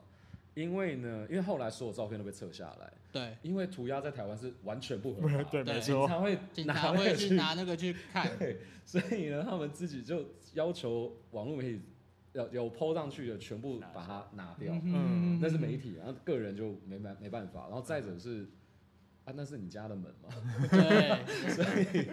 S3: 因为呢，因为后来所有照片都被撤下来，
S1: 对，
S3: 因为涂鸦在台湾是完全不合法
S2: ，对，
S1: 对
S2: 没
S3: 警
S2: 错，
S3: 察会
S1: 警
S3: 拿
S1: 察
S3: 那
S1: 会
S3: 个
S1: 去
S3: 去，
S1: 拿那个去看。
S3: 所以呢，他们自己就要求网络媒体要有 PO 上去的全部把它拿 掉。
S2: 嗯
S3: 那是媒体，然后个人就没办没办法。然后再者是，啊，那是你家的门嘛，
S1: 对，
S3: 所以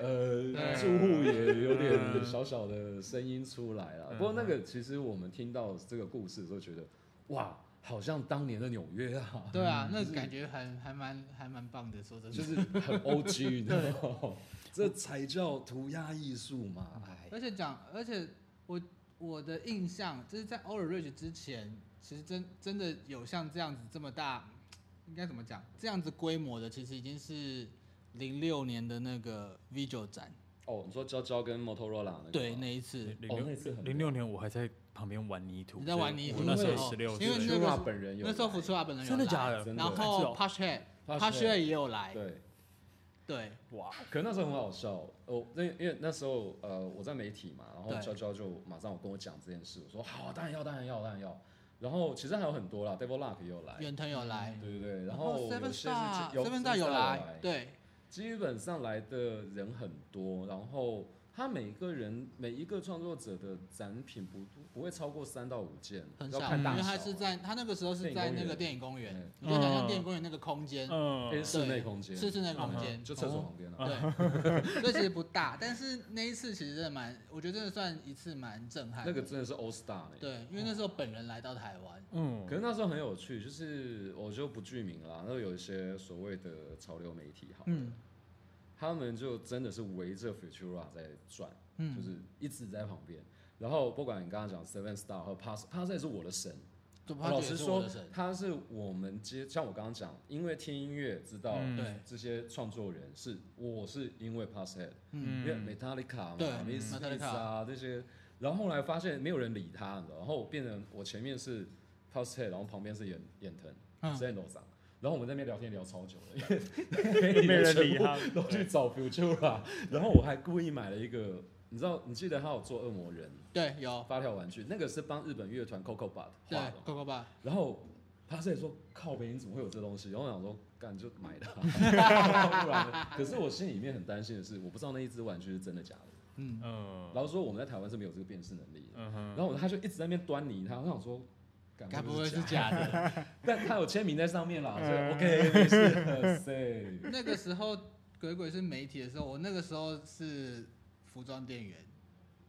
S3: 呃，
S1: 嗯
S3: 住户也有点
S2: 嗯
S3: 小小的声音出来了。
S2: 嗯
S3: 不过那个其实我们听到这个故事的时候，觉得哇，好像当年的纽约啊，
S1: 对啊，那感觉还还蛮还蛮棒的，说真
S3: 就
S1: 的。
S3: 是很 O G，你知道吗？ 这才叫涂鸦艺术嘛！哎，
S1: 而且讲，而且我我的印象就是在 o r a Ridge 之前，其实真真的有像这样子这么大，应该怎么讲？这样子规模的，其实已经是零六年的那个 V 九展，
S3: 哦，你说娇娇跟 Motorola 那个
S1: 对，
S3: 吗
S1: 那一次。
S2: 零
S3: 哦
S2: 六
S3: 那次很
S2: 零六年我还在旁边玩泥土，
S1: 你在玩泥土
S2: 所以我那时
S3: 因为
S2: 候十六
S1: 因为
S2: 岁，
S1: 那个
S3: Futura
S1: 是
S3: 本人有
S1: 那时候
S3: 来
S1: 福出拉本人有
S2: 真的
S1: 来
S2: 假的
S3: 真的
S1: 然
S2: 是
S1: 后
S2: 哦
S1: Push Head
S3: Push
S1: Push
S3: Head
S1: Head 也有来，
S3: 对。
S1: 对
S2: 哇，
S3: 可那时候很好笑，哦，那因为那时候呃我在媒体嘛，然后
S1: 对
S3: 娇娇就马上有跟我讲这件事，我说好，当然要，当然要，当然要。然后其实还有很多啦，Devil Luck 也有来，嗯
S1: 远藤有来，
S3: 对对对，然后
S1: 后
S3: 有
S1: Seven
S3: 些是
S1: Star
S3: 有
S1: Seven
S3: Seven
S1: Star 有
S3: Star
S1: 来，对，
S3: 基本上来的人很多，然后他每一个人每一个创作者的展品不不会超过三到五件，
S1: 很
S3: 要
S1: 少，
S3: 看大
S1: 因
S3: 小，啊
S1: 为他是在他那个时候是在那个电影公园，
S3: 嗯
S1: 你就想象电影公园那个空间，
S3: 诶
S2: 嗯，
S3: 室内空间，
S1: 是室内空间，哦
S3: 就厕所旁边啊了。
S1: 对， 所以其实不大，但是那一次其实真的蛮，我觉得真的算一次蛮震撼
S3: 那
S1: 的。
S3: 个真的是 All Star 呢、
S1: 对，因为那时候本人来到台湾，
S2: 嗯
S3: 可，是那时候很有趣，就是我就不具名啦，那时候有一些所谓的潮流媒体好了，
S1: 嗯
S3: 他们就真的是围着 Futura 在转，
S1: 嗯，
S3: 就是一直在旁边。然后不管你刚刚讲 Seven Star 和 Pass Pass 也是我的神，
S1: 就怕
S3: 老
S1: 觉
S3: 实
S1: 得是我
S3: 说
S1: 的神，
S3: 他是我们接，像我刚刚讲，因为听音乐知道
S2: 嗯
S1: 对
S3: 这些创作人是我是因为 Pass Head，
S1: 嗯
S3: 因为 Metallica 嘛
S1: 对
S3: ，Miss
S1: ，Metallica
S3: Smith 啊这些，然后后来发现没有人理他，你知道然后变成我前面是 house head，然后旁边是眼眼藤，
S1: 嗯
S3: 是 e n d 然后我们在那边聊天聊超久 了，
S2: 没人理
S3: 全部
S2: 他
S3: 都去找 Futura，然后我还故意买了一个，你知道，你记得他有做恶魔人
S1: 对，有，
S3: 发条玩具，那个是帮日本乐团 Coco Bot
S1: 哦对
S3: 画的，
S1: ，Coco 爸，
S3: 然后他自己说：“靠北，你怎么会有这东西？”然后我想说：“干就 买的、 不然呢可是我心里面很担心的是，我不知道那一只玩具是真的假的。
S1: 嗯，
S2: 嗯
S3: 然后说我们在台湾是没有这个辨识能力的。
S2: 嗯哼，
S3: 然后他就一直在那边端倪他，我想说，干
S1: 该不会
S3: 是
S1: 是假
S3: 假
S1: 的？
S3: 的？但他有签名在上面啦，所以
S2: 嗯
S3: OK 没事。很 safe
S1: 那个时候鬼鬼是媒体的时候，我那个时候是服装店员，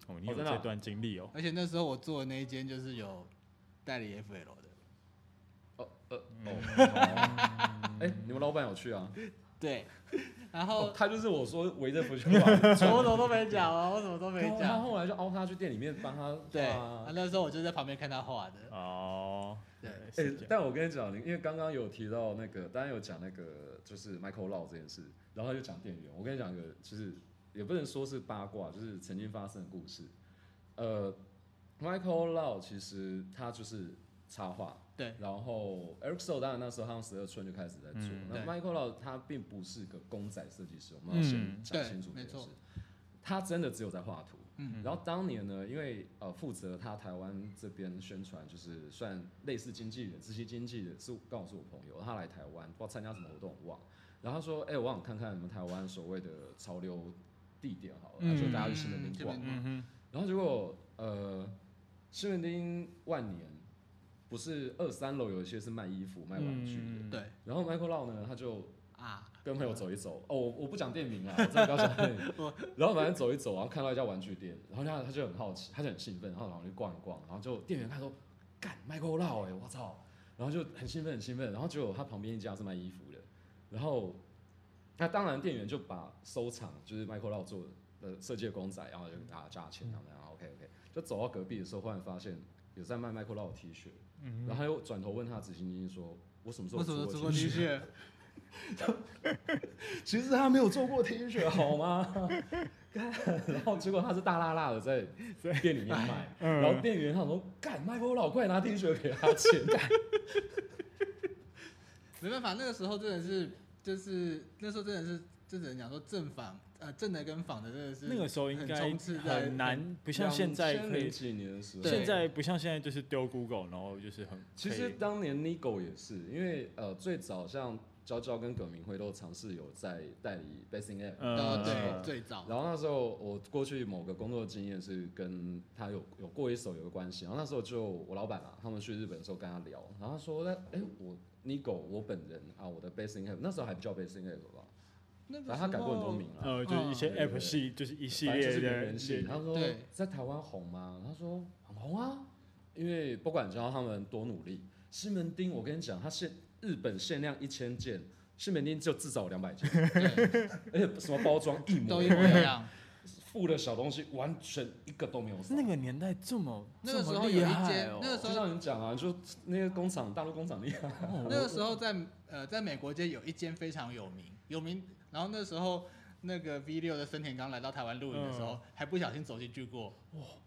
S2: 哦，你
S3: 哦
S2: 有
S3: 真的啊
S2: 这段经历哦，
S1: 而且那时候我做的那一间就是有代理 FL 的，
S3: 哦呃
S2: 嗯
S3: 哦，哎，你们老板有去啊？
S1: 对，然后
S3: 哦，他就是我说围着福君 玩，
S1: 我什么都没讲啊，我什么都没
S3: 他
S1: 讲，
S3: 后来就凹他去店里面帮他
S1: 对，
S3: 画
S1: 啊
S3: 啊
S1: 那时候我就在旁边看他画的，
S2: 哦，
S1: 对
S3: 哎、
S2: 是这样
S3: 但我跟你讲，因为刚刚有提到那个，当然有讲那个就是 Michael Lau 这件事，然后他就讲店员。我跟你讲一个，就是也不能说是八卦，就是曾经发生的故事。呃，Michael Lau 其实他就是插画，
S1: 对。
S3: 然后 e r i c s o 当然那时候他们十二寸就开始在做。
S2: 嗯
S3: 那
S1: 对
S3: Michael Lau 他并不是个公仔设计师，我们要先
S2: 嗯
S3: 讲
S1: 对
S3: 清楚这
S1: 没
S3: 件
S1: 错
S3: 事。他真的只有在画图，
S1: 嗯
S3: 然后当年呢，因为呃负责他台湾这边宣传，就是算类似经纪人、直系经纪人，是刚好是我朋友，他来台湾，不知道参加什么活动，我忘了。然后他说：“哎、我想看看你们台湾所谓的潮流地点好了，
S2: 嗯
S3: 他说大家去西门町
S1: 这
S3: 逛。
S1: 边
S2: 嗯哼，
S3: 然后结果呃，西门町万年不是二三楼有一些是卖衣服、卖玩具的，
S2: 嗯
S1: 对
S3: 然后 Michael Lau 呢，他就
S1: 啊，
S3: 跟朋友走一走，哦，我我不讲店名啦，我真的不要讲店名
S1: 我。
S3: 然后反正走一走，然后看到一家玩具店，然后他他就很好奇，他就很兴奋，然后然后就逛一逛，然后就店员看说，干 Michael Lau 哎、我操，然后就很兴奋很兴奋，然后结果他旁边一家是卖衣服的，然后那当然店员就把收藏就是 Michael Lau 做的设计的公仔，然后就给大家加钱，然后然后 OK OK，就走到隔壁的时候，忽然发现有在卖 Michael Lau 的 T 恤，
S2: 嗯
S3: 然后他又转头问他的执行经理说，我什么时候
S1: 我怎么
S3: 出
S1: 出
S3: 过
S1: 过
S3: T
S1: T
S3: 恤？
S1: 恤？
S3: 其实他没有做过 T 恤， 好吗？干然后结果他是大辣辣的在店里面卖，
S2: 嗯
S3: 然后店员他说：“干，麦克老快拿 T 恤给他钱。干
S1: 没办法，那个时候真的是，就是那时候真的是，就只能讲说正反，呃，正的跟反的真的是
S2: 那个时候应该
S1: 很冲刺在
S2: 很难， 不像现在可
S3: 2000
S2: 以，
S3: 几年的时候，
S1: 对
S2: 现在不像现在就是丢 Google，然后就是很
S3: 其
S2: 可
S3: 实
S2: 以
S3: 当年 Nigo 也是，因为呃最早像娇娇跟葛明辉都尝试有在代理 Basing App，
S1: 呃，
S2: 呃
S1: 对，最早，
S3: 然后那时候我过去某个工作经验是跟他有有过一手有个关系，然后那时候就我老板啊，他们去日本的时候跟他聊，然后他说那哎我 Nigo 我本人啊我的 Basing App 那时候还不叫 Basing App 吧，
S1: 那个
S3: 然后他改过很多名了，
S1: 哦
S2: 呃就是一些
S3: 嗯对
S2: App 系，就是一系
S3: 反正
S2: 列
S3: 就是名
S2: 的
S3: 人系。哦他说
S1: 对
S3: 在台湾红吗？他说很红啊，因为不管你知道他们多努力，西门町我跟你讲，它限日本限量一千件，西门町就至少两 百件，
S1: 对
S3: 而且什么包装一模
S1: 都
S3: 一
S1: 一模一
S3: 样，
S1: 样。
S3: 附的小东西完全一个都没有少。
S2: 那个年代这么
S1: 那个
S2: 这么
S1: 时候有
S2: 厉
S1: 一
S2: 害
S1: 间
S2: 哦
S1: 那个时
S3: 就像你讲啊，就那些工厂，大陆工厂厉害，
S1: 那个时候在呃，在美国街有一间非常有名，有名。然后那时候那个 V 六的森田刚来到台湾录影的时候，还不小心走进去过。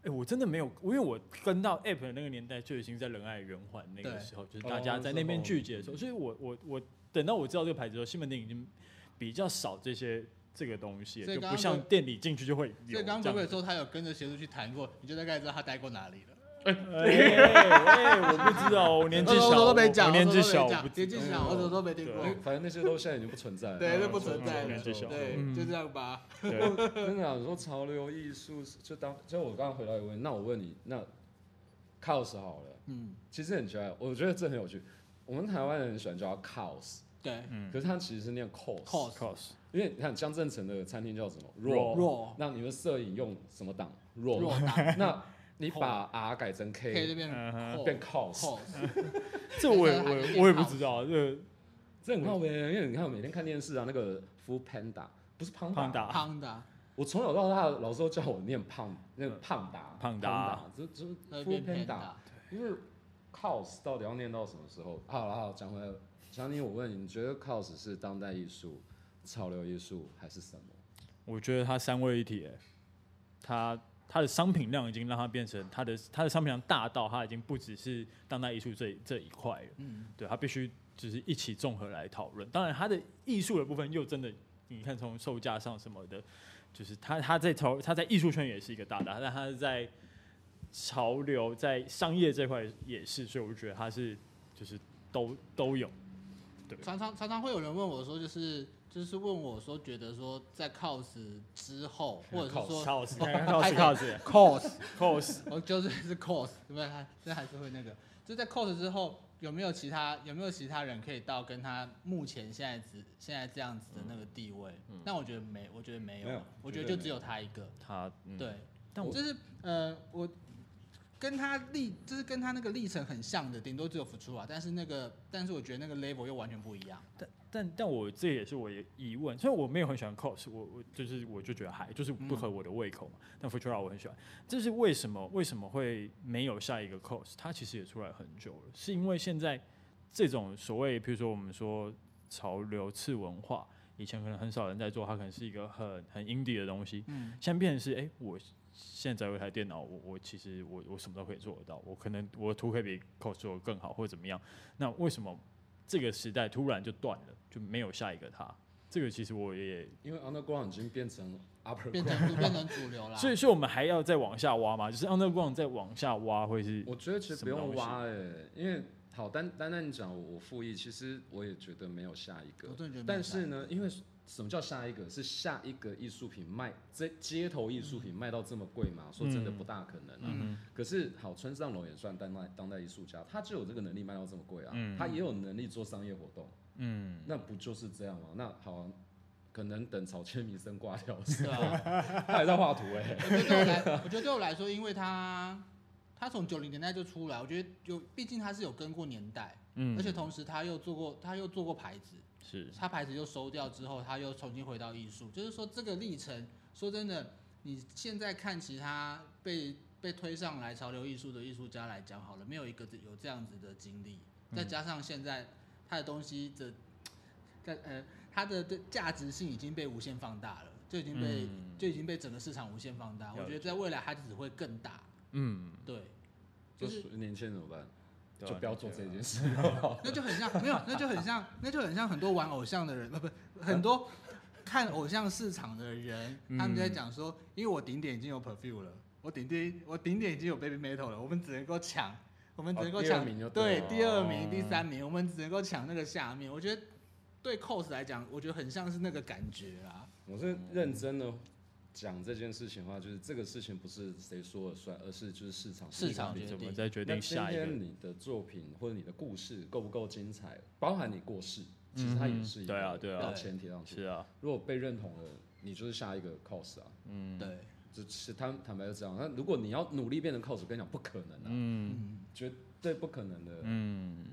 S2: 哎、我真的没有，因为我跟到 App 的那个年代就已经在仁爱圆环那个
S1: 对
S2: 时候，就是
S3: 哦
S2: 大家在那边聚集的时候，
S3: 那
S2: 所以我我我等到我知道这个牌子的时候，西门町已经比较少这些这个东西了，
S1: 所以
S2: 就
S1: 刚
S2: 不
S1: 刚
S2: 像
S1: 鬼
S2: 店里进去就会
S1: 所
S2: 有
S1: 以
S2: 这样
S1: 刚刚
S2: 子。
S1: 鬼鬼说他有跟着学徒去谈过，你就大概知道他待过哪里了。
S2: 哎、哎我不知道，我年纪
S1: 我
S2: 小，
S1: 什 么都没讲，
S2: 我年纪
S1: 我什
S2: 小，
S1: 么都没
S2: 我
S1: 讲
S2: 不知嗯
S1: 年纪小，我什么都没听过
S2: 对。
S3: 反正那些都现在已经不存在了。
S1: 对，
S3: 嗯
S1: 这不存在
S2: 嗯
S1: 了。
S2: 年纪小
S1: 对，
S2: 嗯
S1: 就这样吧。
S2: 对，
S3: 真的啊，你说潮流艺术，就当就我刚刚回答一个问题，那我问你，那 cos 好了，
S1: 嗯，
S3: 其实很奇怪，我觉得这很有趣。我们台湾人很喜欢叫它 cos，
S1: 对。
S2: 嗯
S3: 可是它其实是念 cos，,
S1: cos
S2: ，cos，
S3: 因为你看江正成的餐厅叫什么
S2: Raw
S1: 弱
S3: 那你们摄影用什么档 raw，,
S1: 弱 大
S3: 那你把 R 改成
S1: K
S3: K
S1: 这边
S2: 嗯哼
S3: 变
S1: cos
S3: cos，
S1: cos
S2: 这 我也我也我也不知道，这个
S3: 这很靠边，因为你看我每天看电视啊，那个 Food Panda 不是胖
S2: 胖达，
S1: panda
S3: 我从小到大，老师都叫我念胖，那个胖达，
S2: 胖达
S3: 达，这这
S1: 那
S3: Food
S1: 边
S3: Panda，
S1: 呃 panda
S3: 因为 cos 到底要念到什么时候？好了好，讲回来，强尼，我问你，你觉得 cos 是当代艺术、潮流艺术还是什么？
S2: 我觉得它三位一体、哎，它它的商品量已经让它变成它的它的商品量大到它已经不只是当代艺术这这一块了，
S1: 嗯，
S2: 对，它必须就是一起综合来讨论。当然，它的艺术的部分又真的，你看从售价上什么的，就是它它在潮它在艺术圈也是一个大大，但它在潮流在商业这块也是，所以我就觉得它是就是都都有。
S1: 常常常常会有人问我说，就是就是问我说，觉得说在 cos 之后，或者是说
S2: 靠死，靠死，
S1: 太
S2: 靠死，
S1: cos，
S2: 靠死。
S1: 我就是是 cos，对不对？还这还是会那个，就在 cos 之后，有没有其他有没有其他人可以到跟他目前现在只现在这样子的那个地位？但我觉得没，我觉得没有，
S3: 嗯没有
S1: 我觉得
S3: 绝对
S1: 就只
S3: 没有
S1: 有他一个。
S2: 他嗯
S1: 对，
S2: 但我
S1: 就是呃，我跟他历就是跟他那个历程很像的，顶多只有付出啊，但是那个但是我觉得那个 level 又完全不一样。
S2: 但但但我这也是我的疑问，虽然我没有很喜欢 cos，我我就是我就觉得还就是不合我的胃口嘛。但 Futura 我很喜欢，这是为什么？为什么会没有下一个 cos？它其实也出来很久了，是因为现在这种所谓，比如说我们说潮流次文化，以前可能很少人在做，它可能是一个很很 indie 的东西，
S1: 嗯，
S2: 现在变成是，哎、我现在有一台电脑，我我其实我我什么都可以做得到，我可能我的图可以比 Cos 做的更好，或者怎么样。那为什么这个时代突然就断了，就没有下一个他？这个其实我也，
S3: 因为 underground 已经变成 upper
S1: 变
S3: ground，
S1: 成变成主流 啦。
S2: 所以所以我们还要再往下挖嘛，就是嗯 Underground 再往下挖会是，
S3: 我觉得其实
S2: 什
S3: 不
S2: 么
S3: 用
S2: 东西
S3: 挖哎、因为好单单单你讲我我复议，其实我也觉得没有下一个
S1: 我。真的觉得没有
S3: 但是呢，因为什么叫下一个？是下一个艺术品卖这街头艺术品卖到这么贵吗？说真的
S2: 嗯
S3: 不大可能啊。
S2: 嗯
S3: 可是好，村上隆也算当代当代艺术家，他就有这个能力卖到这么贵啊，
S2: 嗯
S3: 他也有能力做商业活动，
S2: 嗯，
S3: 那不就是这样吗？那好啊、可能等草间弥生挂掉的 时
S1: 对啊，
S3: 候，他还在画图哎、
S1: 我觉得对我来，我觉得对我来说，因为他他从九零年代就出来，我觉得有，毕竟他是有跟过年代，
S2: 嗯
S1: 而且同时他又做过，他又做过牌子，
S2: 是
S1: 他牌子又收掉之后，他又重新回到艺术，就是说这个历程，说真的，你现在看其他被被推上来潮流艺术的艺术家来讲好了，没有一个有这样子的经历，
S2: 嗯
S1: 再加上现在他的东西的，在呃，他的对价值性已经被无限放大了，就已经被、
S2: 嗯
S1: 就已经被整个市场无限放大，
S2: 了解
S1: 我觉得在未来它只会更大，
S2: 嗯，
S1: 对，
S3: 就
S1: 就是
S3: 是年轻人怎么办？
S2: 对啊啊
S3: 就不要做这件事了。
S1: 那就很像，没有，那就很像，那就很像很多玩偶像的人，呃不不，很多看偶像市场的人，
S2: 嗯
S1: 他们在讲说，因为我顶点已经有 perfume 了，我顶点我顶点已经有 baby metal 了，我们只能够抢，我们只能够
S3: 哦第二
S1: 抢、
S3: 名就
S1: 对
S3: 对了
S1: 第二
S2: 哦
S1: 名、第三名，我们只能够抢那个下面。我觉得对 cos 来讲，我觉得很像是那个感觉啊，
S3: 我是
S2: 嗯
S3: 认真的讲这件事情的话，就是这个事情不是谁说了算，而是就是市场
S1: 市场
S3: 定
S1: 决
S2: 你
S1: 定
S2: 怎么嗯再决定下一
S3: 那
S2: 个？
S3: 今天你的作品或者你的故事够不够精彩，包含你过世，其实它也是一
S2: 嗯
S3: 个
S2: 对啊对啊
S3: 标签贴上去。
S2: 是啊，
S3: 如果被认同了，你就是下一个 cos 啊。
S1: 对，
S3: 就是坦坦白就这样，那如果你要努力变成 cos，我跟你讲不可能啊，
S2: 嗯
S1: 嗯，
S3: 绝对不可能的。
S2: 嗯，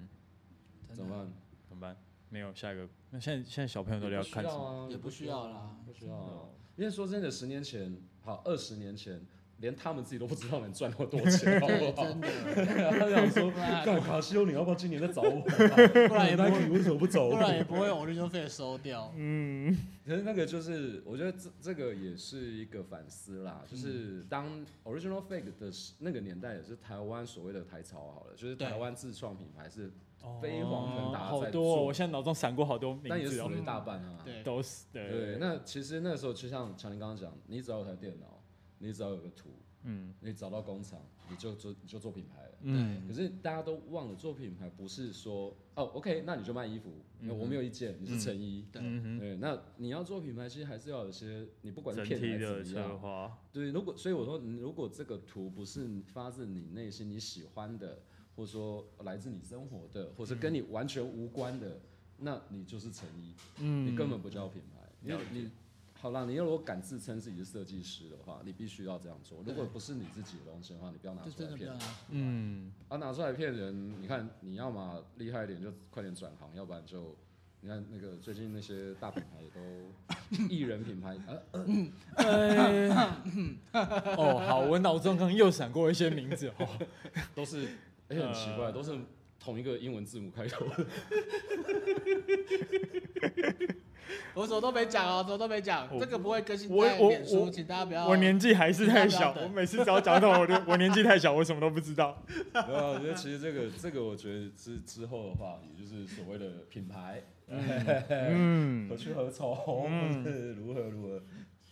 S1: 真
S3: 怎么
S1: 的
S3: 办？
S2: 怎么办？没有下一个？那现在现在小朋友都
S3: 也
S2: 要
S3: 不需
S2: 看什
S3: 要
S2: 么？
S3: 啊，
S1: 也不需要啦
S3: 不需要啊。因为说真的，十年前好，二十年前，连他们自己都不知道能赚到多少钱，好
S1: 对，
S3: 不好？
S1: 真的，
S3: 他 想说，
S1: 不然
S3: 干卡西欧，你要不要今年再找我、啊
S1: 不然也
S2: 啊
S1: 不会，
S3: Nike 为什么不找
S1: 不
S3: 我？
S1: 然也不会 original fee 收掉，
S2: 嗯
S3: 可是那个就是，我觉得这这个也是一个反思啦，就是
S2: 嗯
S3: 当 original fake 的时那个年代，也是台湾所谓的台潮好了，就是
S1: 对
S3: 台湾自创品牌是，
S2: 哦
S3: 飞黄腾达在
S2: 好多、
S3: 做
S2: 哦，我现在脑中闪过好多名
S3: 但也
S2: 字
S3: 死
S2: 哦
S3: 了，一大半啊。
S1: 对，
S2: 都是
S3: 对，那其实那时候就像强林刚刚讲，你只要有台电脑，你只要有个图，
S2: 嗯
S3: 你找到工厂，你就做你就做品牌了。
S2: 嗯
S3: 可是大家都忘了做品牌不是说哦，OK，那你就卖衣服，那我没有意见，你是成衣。
S1: 对
S2: 嗯
S3: 对，那你要做品牌，其实还是要有些，你不
S2: 哼，
S3: 管
S2: 整
S3: 骗
S2: 体
S3: 还
S2: 的
S3: 是怎么
S2: 策
S3: 样，
S2: 划，
S3: 对，如果所以我说，如果这个图不是发自你内心你喜欢的，或者说来自你生活的，或者跟你完全无关的，那你就是成衣，
S2: 嗯
S3: 你根本不叫品牌，因为你好啦，你如果敢自称自己是设计师的话，你必须要这样做。如果不是你自己的东西的话，你不要拿
S1: 就
S3: 出
S1: 真
S3: 来
S1: 的不
S3: 骗
S1: 要
S3: 人。
S1: 拿
S2: 嗯
S3: 啊，拿出来骗人，你看你要嘛厉害一点就快点转行，要不然就你看那个最近那些大品牌也都艺人品牌，呃，
S2: 哎 哦，好，我脑中刚刚又闪过一些名字哦，
S3: 都是 哎、很奇怪，
S2: 呃
S3: 都是 同一个英文字母开头。
S1: 我什么都没讲哦，什么都没讲，
S2: 我
S1: 这个不会更新
S2: 我
S1: 在
S2: 我
S1: 脸书，
S2: 我
S1: 请大家 不要。
S2: 我年纪还是太
S1: 不要
S2: 小，
S1: 等
S2: 我每次只要讲到我就 我年纪太小，我什么都不知道。
S3: 没有，我觉得其实这个这个，我觉得之之后的话，也就是所谓的品牌
S2: 嗯
S3: 何，去何从，或
S2: 嗯
S3: 是如何如何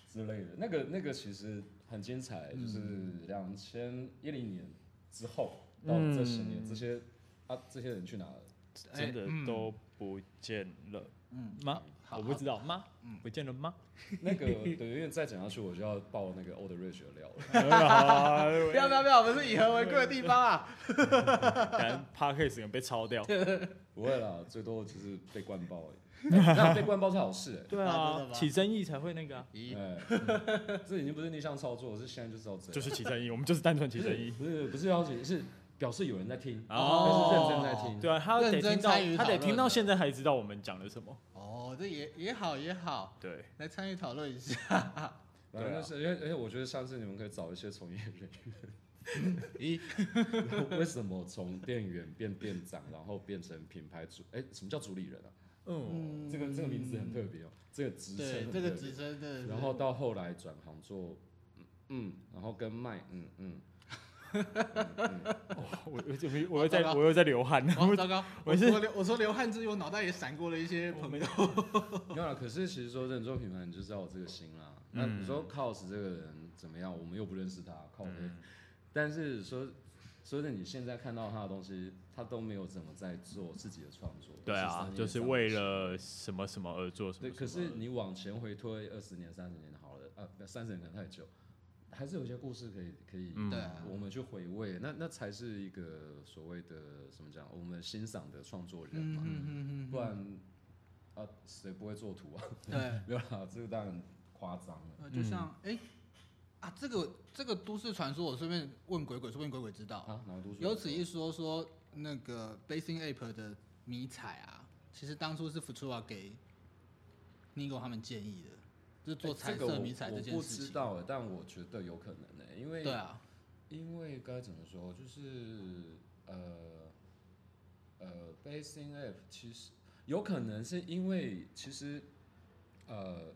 S3: 之类的。那个那个其实很精彩，就是
S2: 嗯
S3: 两千一零年之后到这十年，
S2: 嗯
S3: 这些啊这些人去哪了？
S1: 哎
S2: 真的都不见了
S1: 嗯，
S2: 吗？
S1: 好
S2: 我不知道吗？不见了吗？
S3: 那个对，因为再讲下去我就要爆那个 Old Rich 的料 了。
S2: 哎
S1: 不要不要不要，我们是以和为贵的地方啊。
S2: 感觉 podcast 可能被抄掉。
S3: 不会啦，最多就是被灌爆 而已。那被灌爆是好事哎、
S2: 对
S1: 啊真
S2: 啊
S1: 的，吗
S2: 起争议才会那个啊，
S1: 咦，
S3: 哎、 这已经不是逆向操作，是现在就是要这样。
S2: 就是起争议，我们就是单纯起
S3: 不
S2: 争
S3: 是
S2: 议。
S3: 不是不是要紧，是表示有人在听，
S2: 哦
S3: 但是认真在听。
S2: 对啊，他
S1: 认
S2: 得
S1: 真
S2: 听到
S1: 参与，
S2: 他
S1: 讨
S2: 得
S1: 论
S2: 听到
S1: 的
S2: 现在还知道我们讲了什么。
S1: 哦，这也也好也好，
S2: 对，
S1: 来参与讨论一下。
S3: 反正就是，因为而且我觉得下次你们可以找一些从业人
S1: 咦，
S3: 员， 为什么从店员变店长，然后变成品牌主？哎、什么叫主理人啊？
S2: 嗯，
S1: 嗯
S3: 这个这个名字很特别哦，这个职称
S1: 对，
S3: 很
S1: 这个
S3: 特别
S1: 职称的，
S3: 然后到后来转行做，嗯，嗯然后跟卖，嗯嗯，
S2: 我我我我又 在我又在流汗。
S1: 哦，糟糕，
S2: 我
S1: 我
S2: 是
S1: 说流我说流汗之余，我脑袋也闪过了一些朋友。
S3: 没有啦。可是其实说认做品牌，你就知道我这个心啦。那
S2: 嗯
S3: 你说 cos 这个人怎么样？我们又不认识他，cos，、但
S2: 嗯
S3: 是说说真的，你现在看到他的东西，他都没有怎么在做自己的创作。
S2: 对
S3: 13
S2: 啊，
S3: 年
S2: 就是
S3: 上
S2: 为
S3: 市
S2: 了什么什么而做什么
S3: 对，
S2: 什么。
S3: 可是你往前回推二十年、三十年好了，呃，不三十年可能太久，还是有一些故事可以可以，
S2: 嗯
S1: 对啊
S3: 我们去回味，那那才是一个所谓的怎么讲，我们欣赏的创作人
S1: 嗯
S3: 嘛，
S1: 嗯嗯嗯，
S3: 不然啊，谁不会做图啊？
S1: 对。
S3: 没有啦， 这个当然夸张了。
S1: 呃，就像哎、啊，这个这个都市传说，我顺便问鬼鬼，说不定鬼鬼知道。
S3: 啊，哪个读书人
S1: 有此一说，说那个 Basing Ape 的迷彩啊，其实当初是 Futura 给 Nigo 他们建议的，就是做
S3: 哎
S1: 彩
S3: 这个
S1: 色
S3: 我
S1: 迷彩这
S3: 我
S1: 件
S3: 不
S1: 事
S3: 知
S1: 情。
S3: 道欸，但我觉得有可能呢、因为
S1: 对啊，
S3: 因为该怎么说，就是呃呃，Basing App 其实有可能是因为其实呃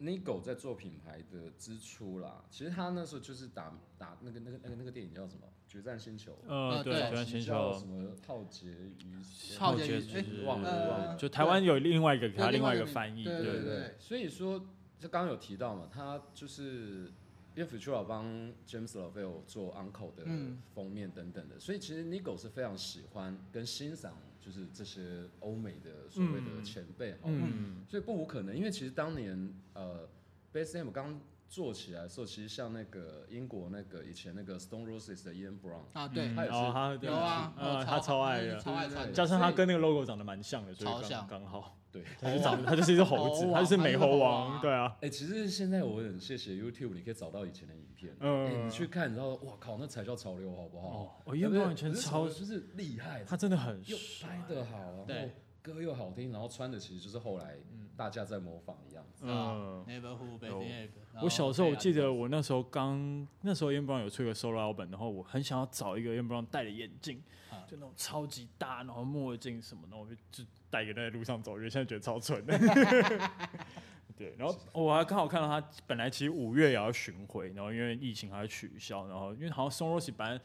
S3: ，Nigo 在做品牌的支出啦，其实他那时候就是打打那个那个那个那个电影叫什么《决战星球》
S2: 呃，
S1: 呃对决
S2: 对，不
S3: 早
S2: 要
S3: 期
S2: 先
S3: 叫
S2: 说
S3: 什。么浩劫余生
S1: 浩劫
S2: 杰
S1: 余
S2: 就
S1: 哎
S2: 是呃
S3: 忘了忘了
S2: 就台湾有另外一个给他
S1: 有另
S2: 另
S1: 外
S2: 外一
S1: 一
S2: 个
S1: 个
S2: 翻译，
S1: 名
S2: 对
S1: 对
S3: 对
S1: 对
S3: 对，所以说就刚刚有提到嘛，他就是因为 Futura 帮 James Lavelle 做 Uncle 的
S1: 嗯
S3: 封面等等的，所以其实 Nigo 是非常喜欢跟欣赏就是这些欧美的所谓的
S2: 嗯
S3: 前辈好了，
S2: 嗯，
S3: 所以不无可能，因为其实当年呃 Bass M 刚做起来的时候，其实像那个英国那个以前那个 Stone Roses 的 Ian Brown，
S1: 啊，对，
S3: 他也是
S2: 哦他
S1: 有啊，
S2: 呃，
S1: 我
S2: 他超爱
S1: 我
S2: 的，
S1: 超爱
S3: 对
S1: 穿
S3: 对
S1: 的。
S2: 加上他
S3: 所以
S2: 跟那个 logo 长得蛮像的，所
S1: 超
S2: 以刚
S1: 像
S2: 刚好，
S3: 对。
S2: 他就长，他就是一只猴
S1: 猴
S2: 子，
S1: 王
S2: 他就是
S1: 他
S2: 美
S1: 就是
S2: 猴
S1: 猴
S2: 王，
S1: 王
S2: 对啊，
S3: 哎、其实现在我很谢谢 YouTube，你可以找到以前的影片，
S2: 嗯
S3: 哎你去看，你知道，哇靠，那才叫潮流，好不好？
S2: 哦，我
S3: 我
S2: 叶完全超，
S3: 就是厉害，
S2: 他
S3: 他
S2: 真的很
S3: 又拍的好，然后
S1: 对
S3: 歌又好听，然后穿的其实就是后来大家在模仿的样子。
S1: 嗯，Neighborhood Basing Ape 然后。
S2: 哦我小时候我记得
S1: 我
S2: 我那时候刚那时候 Ian Brown 有出一个 solo album，然后我很想要找一个 Ian Brown 戴的眼镜，
S1: 啊
S2: 就那种超级大，然后墨镜什么，然后我就就戴一个在路上走，我觉得现在觉得超蠢的。 对，然后我还刚好看到他本来其实五月也要巡回，然后因为疫情还要取消，然后因为好像 s o n r o s 本来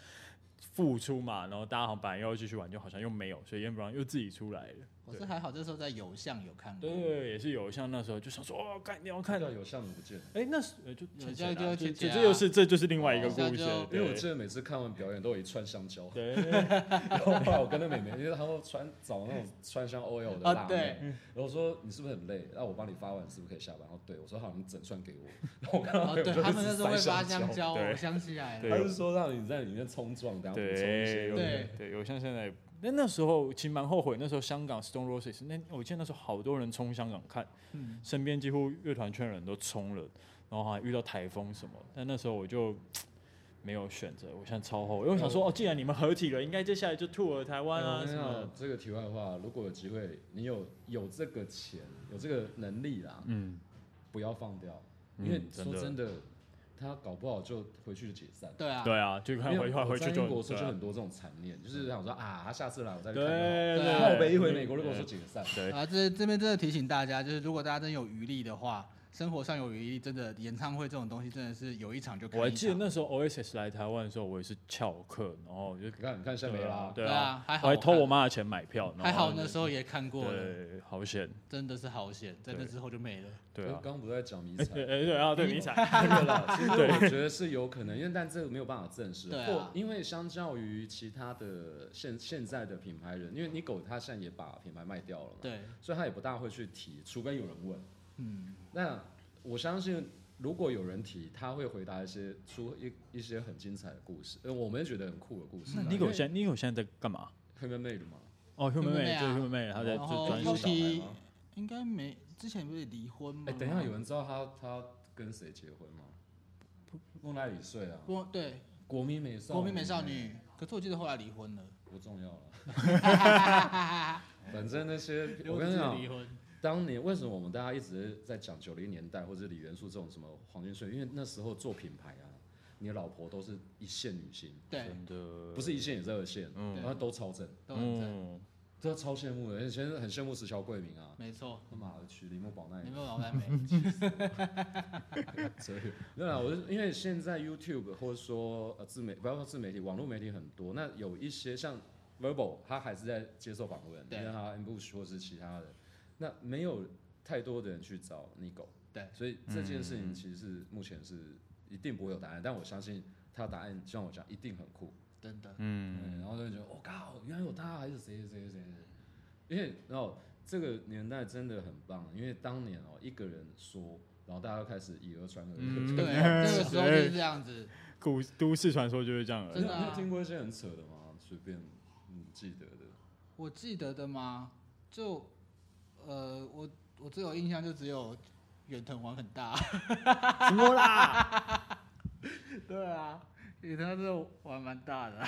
S2: 复出嘛，然后大家好像本来又要继续玩，就好像又没有，所以 Ian Brown 又自己出来了。
S1: 我是还好，这时候在有巷有看过。
S2: 对对对，也是有像那时候就想说，哦，干你要看
S3: 看到有像的不见了，
S2: 哎、那是呃就
S1: 有
S2: 钱
S1: 这样
S2: 钱啊
S1: 就去
S2: 这这
S1: 捡
S2: 这
S1: 啊
S2: 又是这就是另外一个
S1: 哦
S2: 故事
S1: 那，
S3: 因为我
S2: 对
S3: 记得每次看完表演都有一串香蕉，
S2: 对，
S3: 然后后来我跟那妹妹，因为她会穿找那种穿像 OL 的
S1: 啊
S3: 辣妹，
S1: 对
S3: 然后我说你是不是很累？那我帮你发完，是不是可以下班？然后对我说好，你整串给我。 然后我看到
S1: 哦， 对，他们那时候会发
S3: 香
S1: 香，蕉，
S2: 对
S1: 我想起来
S2: 对
S1: 了。
S3: 他是说让你在里面冲撞，等下补充一些
S2: 有
S1: 对
S2: 对，我像现在，那那时候其实蛮后悔，那时候香港 Stone Roses，那我记得那时候好多人冲香港看，
S1: 嗯
S2: 身边几乎乐团圈的人都冲了，然后还遇到台风什么，但那时候我就。没有选择，我现在超后悔，因为我想说，哦，既然你们合体了，应该接下来就 tour 台湾
S3: 哎
S2: 啊
S3: 我跟
S2: 什
S3: 你
S2: 么
S3: 讲这个题外话，如果有机会，你有有这个钱，有这个能力啦，
S2: 嗯，
S3: 不要放掉，
S2: 嗯
S3: 因为
S2: 真
S3: 说
S2: 的
S3: 真的，他搞不好就回去就解散。
S1: 对啊，
S2: 对啊，就看
S3: 因
S2: 回
S3: 为
S2: 回
S3: 我
S2: 回
S3: 在
S2: 去
S3: 英
S2: 就
S3: 国时
S2: 对
S3: 候就
S2: 啊
S3: 很多这种残念，就是想说啊，他下次来我再去
S2: 对
S3: 看就好。
S1: 对
S2: 对，
S1: 啊
S3: 靠北一回美国，
S2: 如
S3: 如
S2: 果
S3: 果
S2: 说
S3: 说解散，
S2: 对，
S1: 啊，这这边真的提醒大家，就是如果大家真有余力的话，生活上有余力，真的演唱会这种东西真的是有一场就看一
S2: 我
S1: 场。
S2: 还记得那时候 OSS 来台湾的时候，我也是翘课，然后我就
S3: 你看你看现在没啦，
S2: 啊对
S1: 对啊还好
S2: 我还
S1: 我
S2: 偷
S1: 看
S2: 我妈的钱买票，
S1: 还好
S2: 呢
S1: 那，时候也看过了，
S2: 对，好险，
S1: 真的是好险，在那
S2: 对
S1: 之后就没了。
S2: 对
S3: 我
S2: 啊
S3: 刚，刚不是在讲迷
S2: 哎
S3: 彩，
S2: 对哎对啊，对迷彩，
S3: 这个啦， 其实我觉得是有可能，因为但这个没有办法证实。
S1: 对啊
S3: 或因为相较于其他的现现在的品牌人，因为你狗他现在也把品牌卖掉了嘛，
S1: 对，
S3: 所以他也不大会去提，除非有人问。
S1: 嗯，
S3: 那我相信，如果有人提，他会回答一些出一一些很精彩的故事，呃，我们也觉得很酷的故事
S2: 那
S3: 啦。
S2: Nico 现在 Nico 现在在干嘛？
S3: 黑妹妹的嘛，
S2: 哦，Human
S1: Human
S2: Made，
S1: Made
S2: 对
S1: 啊
S2: Human Made，他在哦
S1: 然后
S2: 就专
S1: 又
S2: 注
S3: 专
S1: 提
S3: 心小孩吗？
S1: 应该没，之前不是离婚吗？
S3: 哎、等一下，有人知道他他跟谁结婚吗？木乃里睡啊，
S1: 国对
S3: 国民美少
S1: 国民美少
S3: 女
S1: 女，可是我记得后来离婚了。
S3: 不重要了。反正那 些， 我跟你
S1: 刘子
S3: 讲
S1: 健，离婚，
S3: 当年为什么我们大家一直在讲九零年代或者李元素这种什么黄金岁月？因为那时候做品牌啊，你的老婆都是一线女星，
S1: 对，
S2: 真的
S3: 不是一线也是二线，
S2: 嗯
S3: 然后都超正，
S1: 都很正，
S2: 嗯
S3: 这超羡慕的。以前很羡慕石桥贵明啊，
S1: 没错，
S3: 他妈的娶铃木保奈
S1: 你没有脑袋没？
S3: 嗯所以，对啊，我是因为现在 YouTube 或者说呃自媒，不要说自媒体，网络媒体很多，那有一些像 Verbal，他还是在接受访问，
S1: 对
S3: 像他 Ambush 或是其他的，那没有太多的人去找 Nigo，
S1: 对
S3: 所以这件事情其实是目前是一定不会有答案，但我相信他的答案，像我讲一定很酷，
S1: 真的，
S2: 嗯，
S3: 嗯，然后就会觉得我、靠，原来有他，还是谁谁谁谁谁，因为然后这个年代真的很棒，因为当年哦一个人说。然后大家就开始以讹传讹，
S2: 嗯
S1: 对， 啊那个时候就是这样子，
S2: 古都市传说就是这样而
S1: 真
S2: 已
S1: 的。啊
S3: 你有听过一些很扯的吗？随便，你记得的。
S1: 我记得的吗？就，呃，我我最有印象就只有远藤环很大。
S2: 什么
S1: 啊
S2: 啦？
S1: 对啊，远藤这玩蛮大的、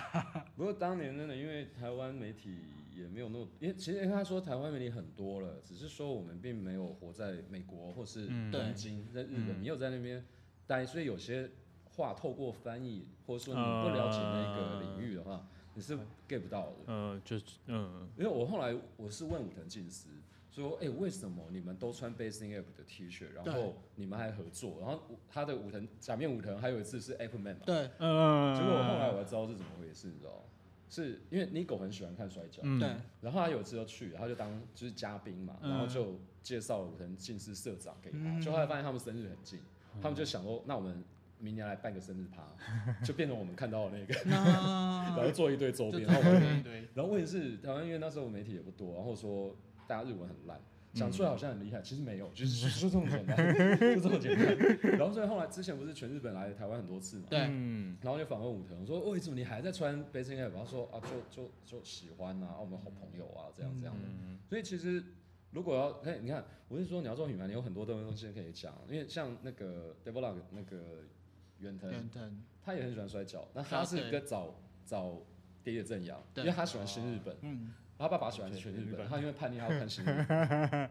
S3: 不过当年真的，因为台湾媒体也没有那么，因为其实他说台湾媒体很多了，只是说我们并没有活在美国或是
S2: 嗯
S3: 东京，在日本没有在那边待，所以有些话透过翻译，或者说你不了解那个领域的话，你是 get 不到的。
S2: 嗯，就是嗯，
S3: 因为我后来我是问武藤进司说，哎、为什么你们都穿 Basing App 的 T 恤，然
S1: 对
S3: 后你们还合作？然后他的武藤假面武藤还有一次是 App Man 嘛，
S1: 对
S2: 嗯，
S3: 结果我后来我才知道是怎么回事，你知道吗？是因为 Nigo 很喜欢看摔跤，
S2: 嗯
S1: 对，
S3: 然后他有一次就去，然后就当就是嘉宾嘛，
S2: 嗯
S3: 然后就介绍了武藤进司社长给他，
S1: 嗯
S3: 就后来发现他们生日很近，他们就想说，那我们明年来办个生日趴，就变成我们看到的那个，然后
S1: 那
S3: 做一堆周
S1: 就
S3: 边，
S1: 真
S3: 然后我们
S1: 的一堆，
S3: 然后问题是，台湾因为那时候媒体也不多，然后说大家日文很烂，讲出来好像很厉害，其实没有，就是就就这么简单，就这么简单。然后所以后来之前不是全日本来台湾很多次嘛，
S1: 对，
S2: 嗯
S3: 然后就访问武藤，我说为什么你还在穿 Basing App？他说啊，就就就喜欢啊，啊我们好朋友啊，这样这样的。
S2: 嗯
S3: 所以其实如果要看，你看，我是说你要做品牌，你有很多东西可以讲，因为像那个 d e v l o g 那个远藤，
S1: 远藤，
S3: 他也很喜欢摔跤，那他
S1: 啊
S3: 是
S1: 对
S3: 跟找找爹爹正阳，
S1: 对
S3: 因为他喜欢新日本。
S1: 嗯，
S3: 他爸爸喜欢全日本，他因为叛逆，他要看新闻，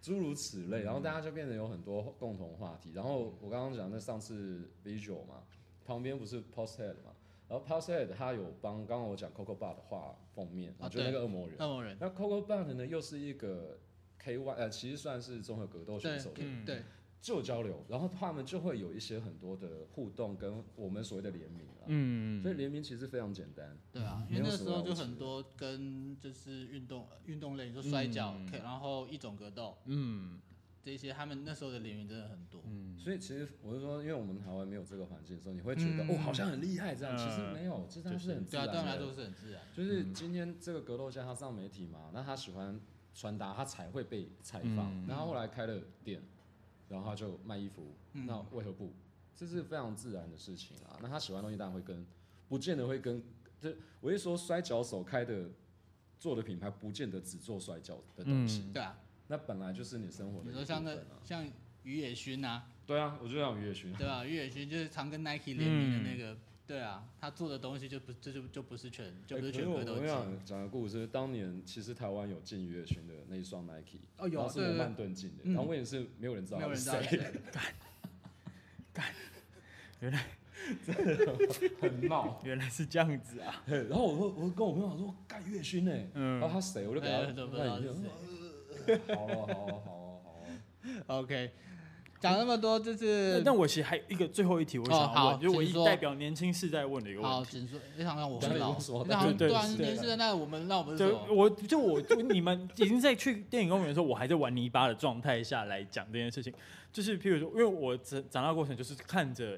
S3: 诸如此类，然后大家就变得有很多共同话题。然后我刚刚讲那上次 visual 嘛，旁边不是 posthead 嘛，然后 posthead 他有帮刚刚我讲 Coco Bar 的画封面，
S1: 啊
S3: 就那
S1: 对
S3: 个恶魔人。
S1: 恶魔人，
S3: 那 Coco Bar 呢，又是一个 K Y 呃，其实算是综合格斗选
S1: 对
S3: 手的，
S2: 嗯
S1: 对，
S3: 就有交流，然后他们就会有一些很多的互动跟我们所谓的联名啊。所以
S2: 嗯，
S3: 联名其实非常简单，
S1: 对啊，因为那时候就很多跟就是运动运动类，你说摔跤，
S2: 嗯
S1: K- 然后一种格斗，
S2: 嗯
S1: 这些他们那时候的联名真的很多，
S2: 嗯，
S3: 所以其实我是说，因为我们台湾没有这个环境的时候，你会觉得、
S2: 嗯
S3: 哦，好像很厉害这样，
S2: 嗯
S3: 其实没有，这它是很自
S1: 对啊，
S3: 然
S1: 对他们来
S3: 的。
S1: 说是很嗯自然，
S3: 就是今天这个格斗家他上媒体嘛，那他喜欢穿搭，他才会被采访
S2: 嗯。
S3: 那、他后来开了店，然后他就卖衣服，
S1: 嗯
S3: 那为何不？这是非常自然的事情啊。那他喜欢的东西当然会跟，不见得会跟，这我一说摔跤手开的做的品牌，不见得只做摔跤的东西，
S1: 对啊，
S3: 那本来就是你生活嗯
S1: 你
S3: 的一
S1: 说
S3: 部
S1: 像那
S3: 分啊。
S1: 像于野勋啊，
S3: 对啊，我就想于也勋。
S1: 对啊，于野勋就是常跟 Nike 联名的那
S3: 嗯
S1: 个，对啊，他做的东西就不这就就不是全就不是
S3: 欸可
S1: 全
S3: 我
S1: 格斗
S3: 我
S1: 技，
S3: 想讲个故事，当年其实台湾有进月勋的那一双 Nike，
S1: 哦有啊
S3: 然后是
S1: 对
S3: 我
S1: 对对
S3: 曼顿进的，
S1: 嗯
S3: 然后问题是没有人知道
S1: 没有
S3: 他
S1: 人
S3: 是
S1: 知道
S3: 谁，
S1: 是谁，
S3: 很闹。
S2: 原来是这样子啊，
S3: 嘿然后我说，我跟我朋友讲说，干月勋哎、
S2: 嗯
S3: 然后他谁，我就给
S1: 哎
S3: 他
S1: 都不知道
S3: 看
S1: 是
S3: 影片，呃好了好了好了好了好啊了，
S1: OK，讲那么多就是
S2: 但我其实还有一个最后一题，我想
S1: 哦
S2: 要
S1: 好
S2: 问，就是我
S1: 请
S2: 一
S1: 说
S2: 代表年轻世代问的一个问
S1: 好，
S2: 题。
S1: 请说，你想让我
S3: 当
S1: 很
S3: 然
S1: 老
S3: 有说，
S1: 那好像
S2: 对
S1: 对啊，
S2: 对
S1: 电视的那我们那我们是什
S2: 就
S1: 么？
S2: 我就我就你们已经在去电影公园的时候，我还在玩泥巴的状态下来讲这件事情，就是譬如说，因为我长长大过程就是看着，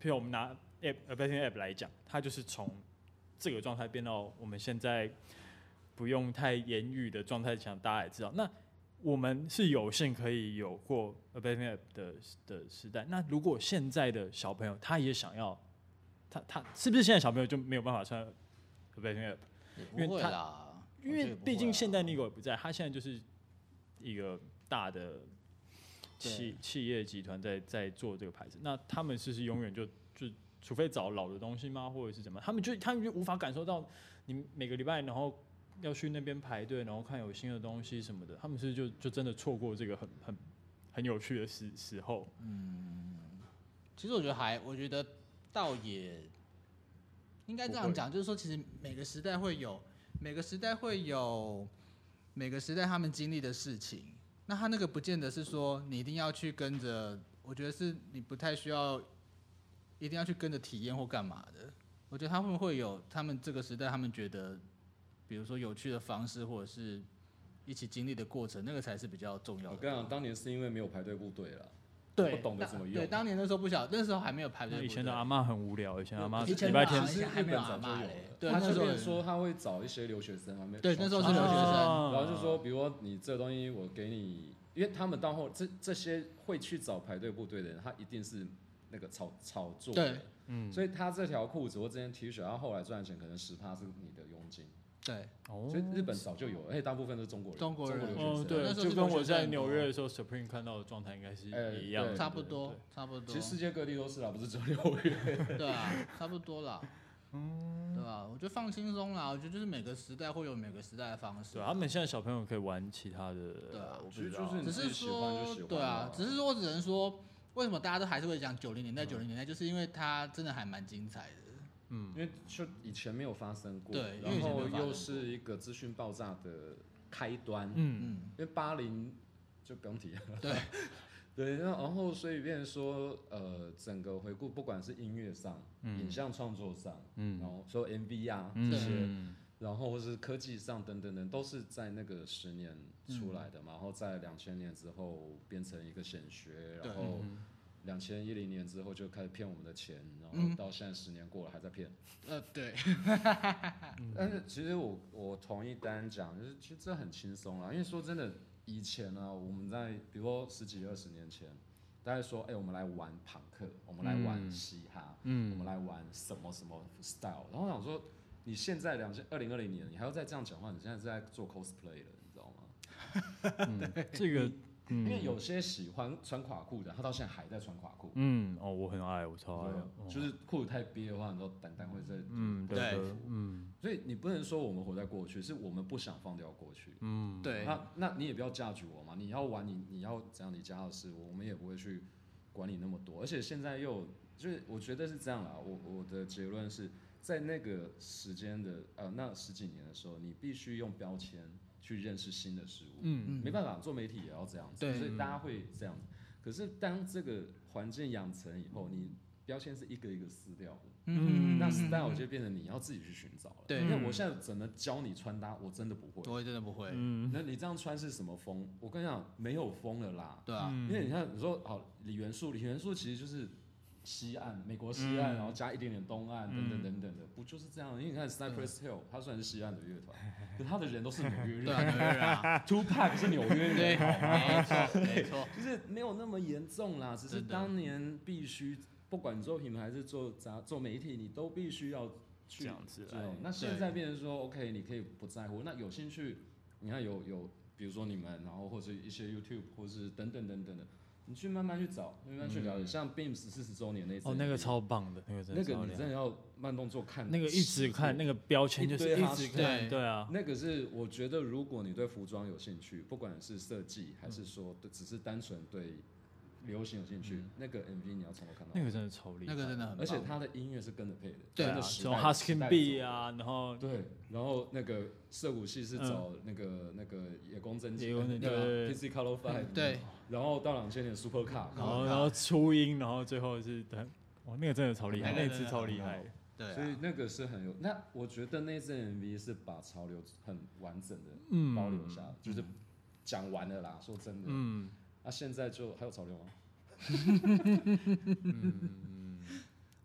S2: 譬如我们拿 app 呃 betting app 来讲，它就是从这个状态变到我们现在不用太言语的状态，想大家也知道，那我们是有幸可以有过呃 a b a t i n g app 的的时代。那如果现在的小朋友他也想要，他他是不是现在小朋友就没有办法穿 a b a t i n g app？
S1: 也不会啦，
S2: 因
S1: 我觉得
S2: 为
S1: 哦也不会啊
S2: 毕竟
S1: 啦
S2: 现在 Nigo 也不在，他现在就是一个大的企企业集团在在做这个牌子，那他们是不是永远就就除非找老的东西吗，或者是怎么样？他们就他们就无法感受到你每个礼拜然后要去那边排队，然后看有新的东西什么的，他们是不是就就真的错过这个很很很有趣的时时候。
S1: 其实我觉得还，我觉得倒也应该这样讲，就是说，其实每个时代会有每个时代会有每个时代他们经历的事情。那他那个不见得是说你一定要去跟着，我觉得是你不太需要一定要去跟着体验或干嘛的。我觉得他们会有他们这个时代他们觉得，比如说有趣的方式，或者是一起经历的过程，那个才是比较重要
S3: 我
S1: 的。
S3: 跟你讲，当年是因为没有排队部队了，
S1: 对，
S3: 不懂得怎么用
S1: 对，当年那时候不晓，那时候还没有排队
S2: 那
S1: 部队。
S2: 以前的阿嬷很无聊，以前阿嬷
S1: 以前啊
S2: 礼拜
S1: 的
S2: 天
S1: 阿嬷
S3: 其实
S1: 还
S3: 日
S1: 没
S3: 本
S1: 有
S3: 早就
S1: 阿嬷
S3: 有了
S1: 嘞，对
S3: 他
S1: 那时
S3: 就
S1: 候
S3: 变
S1: 有
S3: 说他会找一些留学生啊，没
S1: 对那时候是
S3: 从
S1: 留学生
S2: 啊
S3: 然后就说，比如说你这个东西我给你，因为他们到后这这些会去找排队部队的人，他一定是那个炒炒作的
S1: 对，
S2: 嗯
S3: 所以他这条裤子或这件 T 恤，他后来赚的钱可能十趴是你的佣金，
S1: 对，
S2: 哦
S3: 所以日本早就有了，而且大部分都是中国人，
S1: 中
S3: 中
S1: 国人
S3: 留学
S2: 哦，
S3: 生，
S1: 那时
S2: 对，
S1: 候是
S2: 就跟
S1: 留
S2: 我
S1: 学生
S2: 在
S1: 很多
S2: 纽约的时候，Supreme 看到的状态应该是
S3: 哎
S2: 一样的，
S3: 对
S1: 差不多
S2: 对，
S1: 差不多
S3: 其，实世界各地都是啦，啊不是只有纽约。
S1: 对啊，差不多 啦。嗯，对吧？我觉得放轻松啦，我觉得就是每个时代会有每个时代的方式
S2: 对，
S3: 啊
S2: 啊他们现在小朋友可以玩其他的，
S1: 对啊
S2: 我不
S3: 其实
S2: 知道
S3: 就是
S1: 只
S3: 你自
S1: 是
S3: 己喜欢就
S1: 说
S3: 喜欢
S1: 对啊
S3: 嘛，嗯
S1: 只是说我只能说，为什么大家都还是会讲九零年代？九零年代就是因为它真的还蛮精彩的。
S2: 嗯
S3: 因，为就以前没有发生过，
S1: 对因为以
S3: 然
S1: 前没
S3: 后
S1: 有发生
S3: 又
S1: 过
S3: 是一个资讯爆炸的开端，
S2: 嗯，
S1: 嗯，
S3: 因为八零就不用提了，
S1: 对
S3: 对，那然后所以变成说，呃，整个回顾，不管是音乐上、影像创作上，嗯，然后说 MV 啊这些，
S2: 嗯，
S3: 然后或是科技上等等等，都是在那个十年出来的嘛，然后在两千年之后变成一个显学，
S1: 对
S3: 然后两千一零年之后就开始骗我们的钱，然
S1: 嗯
S3: 后到现在十年过了还在骗。
S1: 呃，对，
S3: 但是其实我我同意丹讲，就是其实这很轻松啊啦，因为说真的，以前呢、我们在比如说十几二十年前，大家说，哎、我们来玩朋克，我们来玩嘻哈，嗯，我们来玩什么什么 style，然后我想说，你现在两千二零二零年，你还要再这样讲话，你现在是在做 cosplay 了，你知道吗？
S2: 这个，
S3: 因为有些喜欢穿垮裤的，他到现在还在穿垮裤，
S2: 嗯，哦，我很爱，我超爱哦
S3: 对，就是裤子太憋的话，你知道胆胆会在，
S2: 嗯，
S1: 对
S2: 对，嗯，
S3: 所以你不能说我们活在过去，是我们不想放掉过去，
S2: 嗯
S1: 对，
S3: 嗯那那你也不要嫁娶我嘛，你要玩你你要怎样你家的事，我们也不会去管你那么多。而且现在又就是我觉得是这样啦，我我的结论是在那个时间的呃那十几年的时候，你必须用标签去认识新的事物，
S2: 嗯，
S1: 嗯
S3: 没办法，做媒体也要这样子
S1: 对，
S3: 所以大家会这样子。可是当这个环境养成以后，你标签是一个一个撕掉的，
S1: 嗯，
S3: 那 style 就变成你要自己去寻找了。
S1: 对
S3: 因为我现在怎么教你穿搭，我真的不会。
S1: 嗯我也真的不会，
S2: 嗯
S3: 那你这样穿是什么风？我跟你讲，没有风了啦。
S1: 对啊，
S3: 因为你看，你说好李元素，李元素其实就是西岸，美国西
S1: 嗯
S3: 岸，然后加一点点东岸，等等等等的，不就是这样？因为你看 Cypress
S1: 嗯
S3: Hill，它虽然是西岸 的乐团，可他的人都是纽约
S1: 对啊，
S3: 人
S1: 纽约人 啊，
S3: ，Two Pack 是纽约
S1: 对，
S3: 人，好吗
S1: 没错，没错，
S3: 就是没有那么严重啦，只是
S1: 真的
S3: 当年必须，不管你做品牌还是做杂做媒体，你都必须要去
S2: 这样子
S3: 这
S2: 来
S3: 种，那现在变成说，OK，你可以不在乎。那有兴趣，你看有有，比如说你们，然后或者一些 YouTube，或是等等等等的，你去慢慢去找，慢慢去了解。像 Beams 四十周年那一次，
S2: 哦，那个超棒的，那个真
S3: 那
S2: 的超
S3: 个
S2: 厉
S3: 你
S2: 害，
S3: 真的要慢动作看，
S2: 那个一直看，那个标签就是
S3: 一堆
S2: 一
S3: hashtag
S2: 直看，对啊，
S3: 那个是我觉得，
S2: 嗯
S3: 如果你对服装有兴趣，不管是设计还是说对只是单纯对流行有兴趣，那个 MV 你要从头看到尾，
S2: 那个真的超厉害，
S1: 那个真的很棒，
S3: 而且他的音乐是跟着配的，
S1: 对啊
S3: 跟
S2: 啊，
S3: 着时代
S2: 从 Huskin B，
S3: 时代走
S2: 啊，然后
S3: 对，然后那个涩谷系是找那个、那个野宫真
S2: 嗯野
S3: 纪，
S2: 宫
S3: 那
S2: 真纪
S3: 个
S2: 对
S3: PC Color Five，
S1: 对，
S3: 然后到两千年 Super Car，
S2: 然后然后初音，然后最后是等，哇，那个真的超厉害，
S1: 那
S2: 那
S1: 个
S2: 一次超厉害
S3: 真，
S1: 对啊
S3: 所以那个是很有，那我觉得那支 MV 是把潮流很完整的
S2: 嗯
S3: 保留下，来，就是讲完了啦。说真的，那、
S2: 嗯，
S3: 现在就还有潮流吗？有人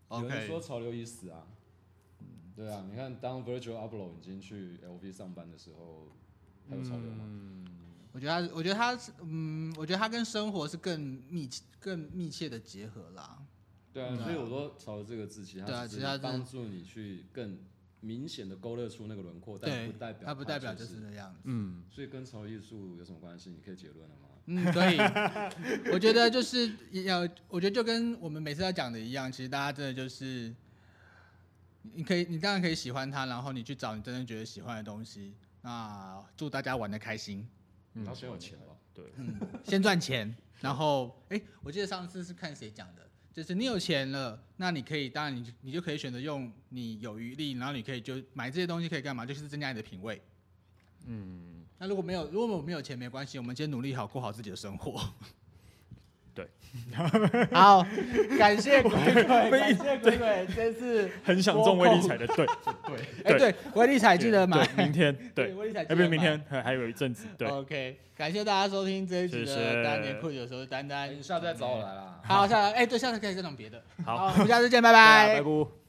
S1: OK
S3: 说潮流已死啊，对啊，你看当 Virgil Abloh 已经去 LV 上班的时候，还有潮流吗？
S1: 我觉得他，我觉得他是，嗯，我觉得他跟生活是更密切、更密切的结合啦。
S3: 对啊，所以我说潮流这个字，其实
S1: 嗯对啊
S3: 它只
S1: 其实它
S3: 是
S1: 是
S3: 帮助你去更明显的勾勒出那个轮廓，但
S1: 对
S3: 不代，表
S1: 他不代表
S3: 就
S1: 就是那样子。
S2: 嗯，
S3: 所以跟潮流艺术有什么关系？你可以结论了吗？
S1: 嗯，可以。我觉得就是要，我觉得就跟我们每次要讲的一样，其实大家真的就是，你可以，你当然可以喜欢他，然后你去找你真正觉得喜欢的东西。那祝大家玩的开心，
S2: 嗯
S3: 他先有钱吧，
S2: 对，
S1: 先赚钱，然后，哎、我记得上次是看谁讲的，就是你有钱了，那你可以，当然你就你就可以选择用你有余力，然后你可以就买这些东西可以干嘛，就是增加你的品味。嗯，那如果没有，如果我们没有钱没关系，我们先努力好过好自己的生活。
S2: 对，
S1: 好，感谢鬼鬼，感谢鬼鬼，这次
S2: 嗯很想中威力彩的，对，
S1: 哎、
S2: 对
S1: 对，威力彩记得买，
S2: 对，明天，对，
S1: 威力彩记
S2: 哎，
S1: 得
S2: 不
S1: 买
S2: 是明天，还还有一阵子，对，
S1: OK，感谢大家收听这一集
S2: 谢
S1: 的
S2: 谢
S1: 单年酷酒时候丹丹
S3: 哎哎，你下次再找我来啦。
S1: 好，下来，哎、对，下次可以再讲别的。
S2: 好
S1: 我们下次见，拜
S2: 大家
S1: 拜
S2: 拜。拜。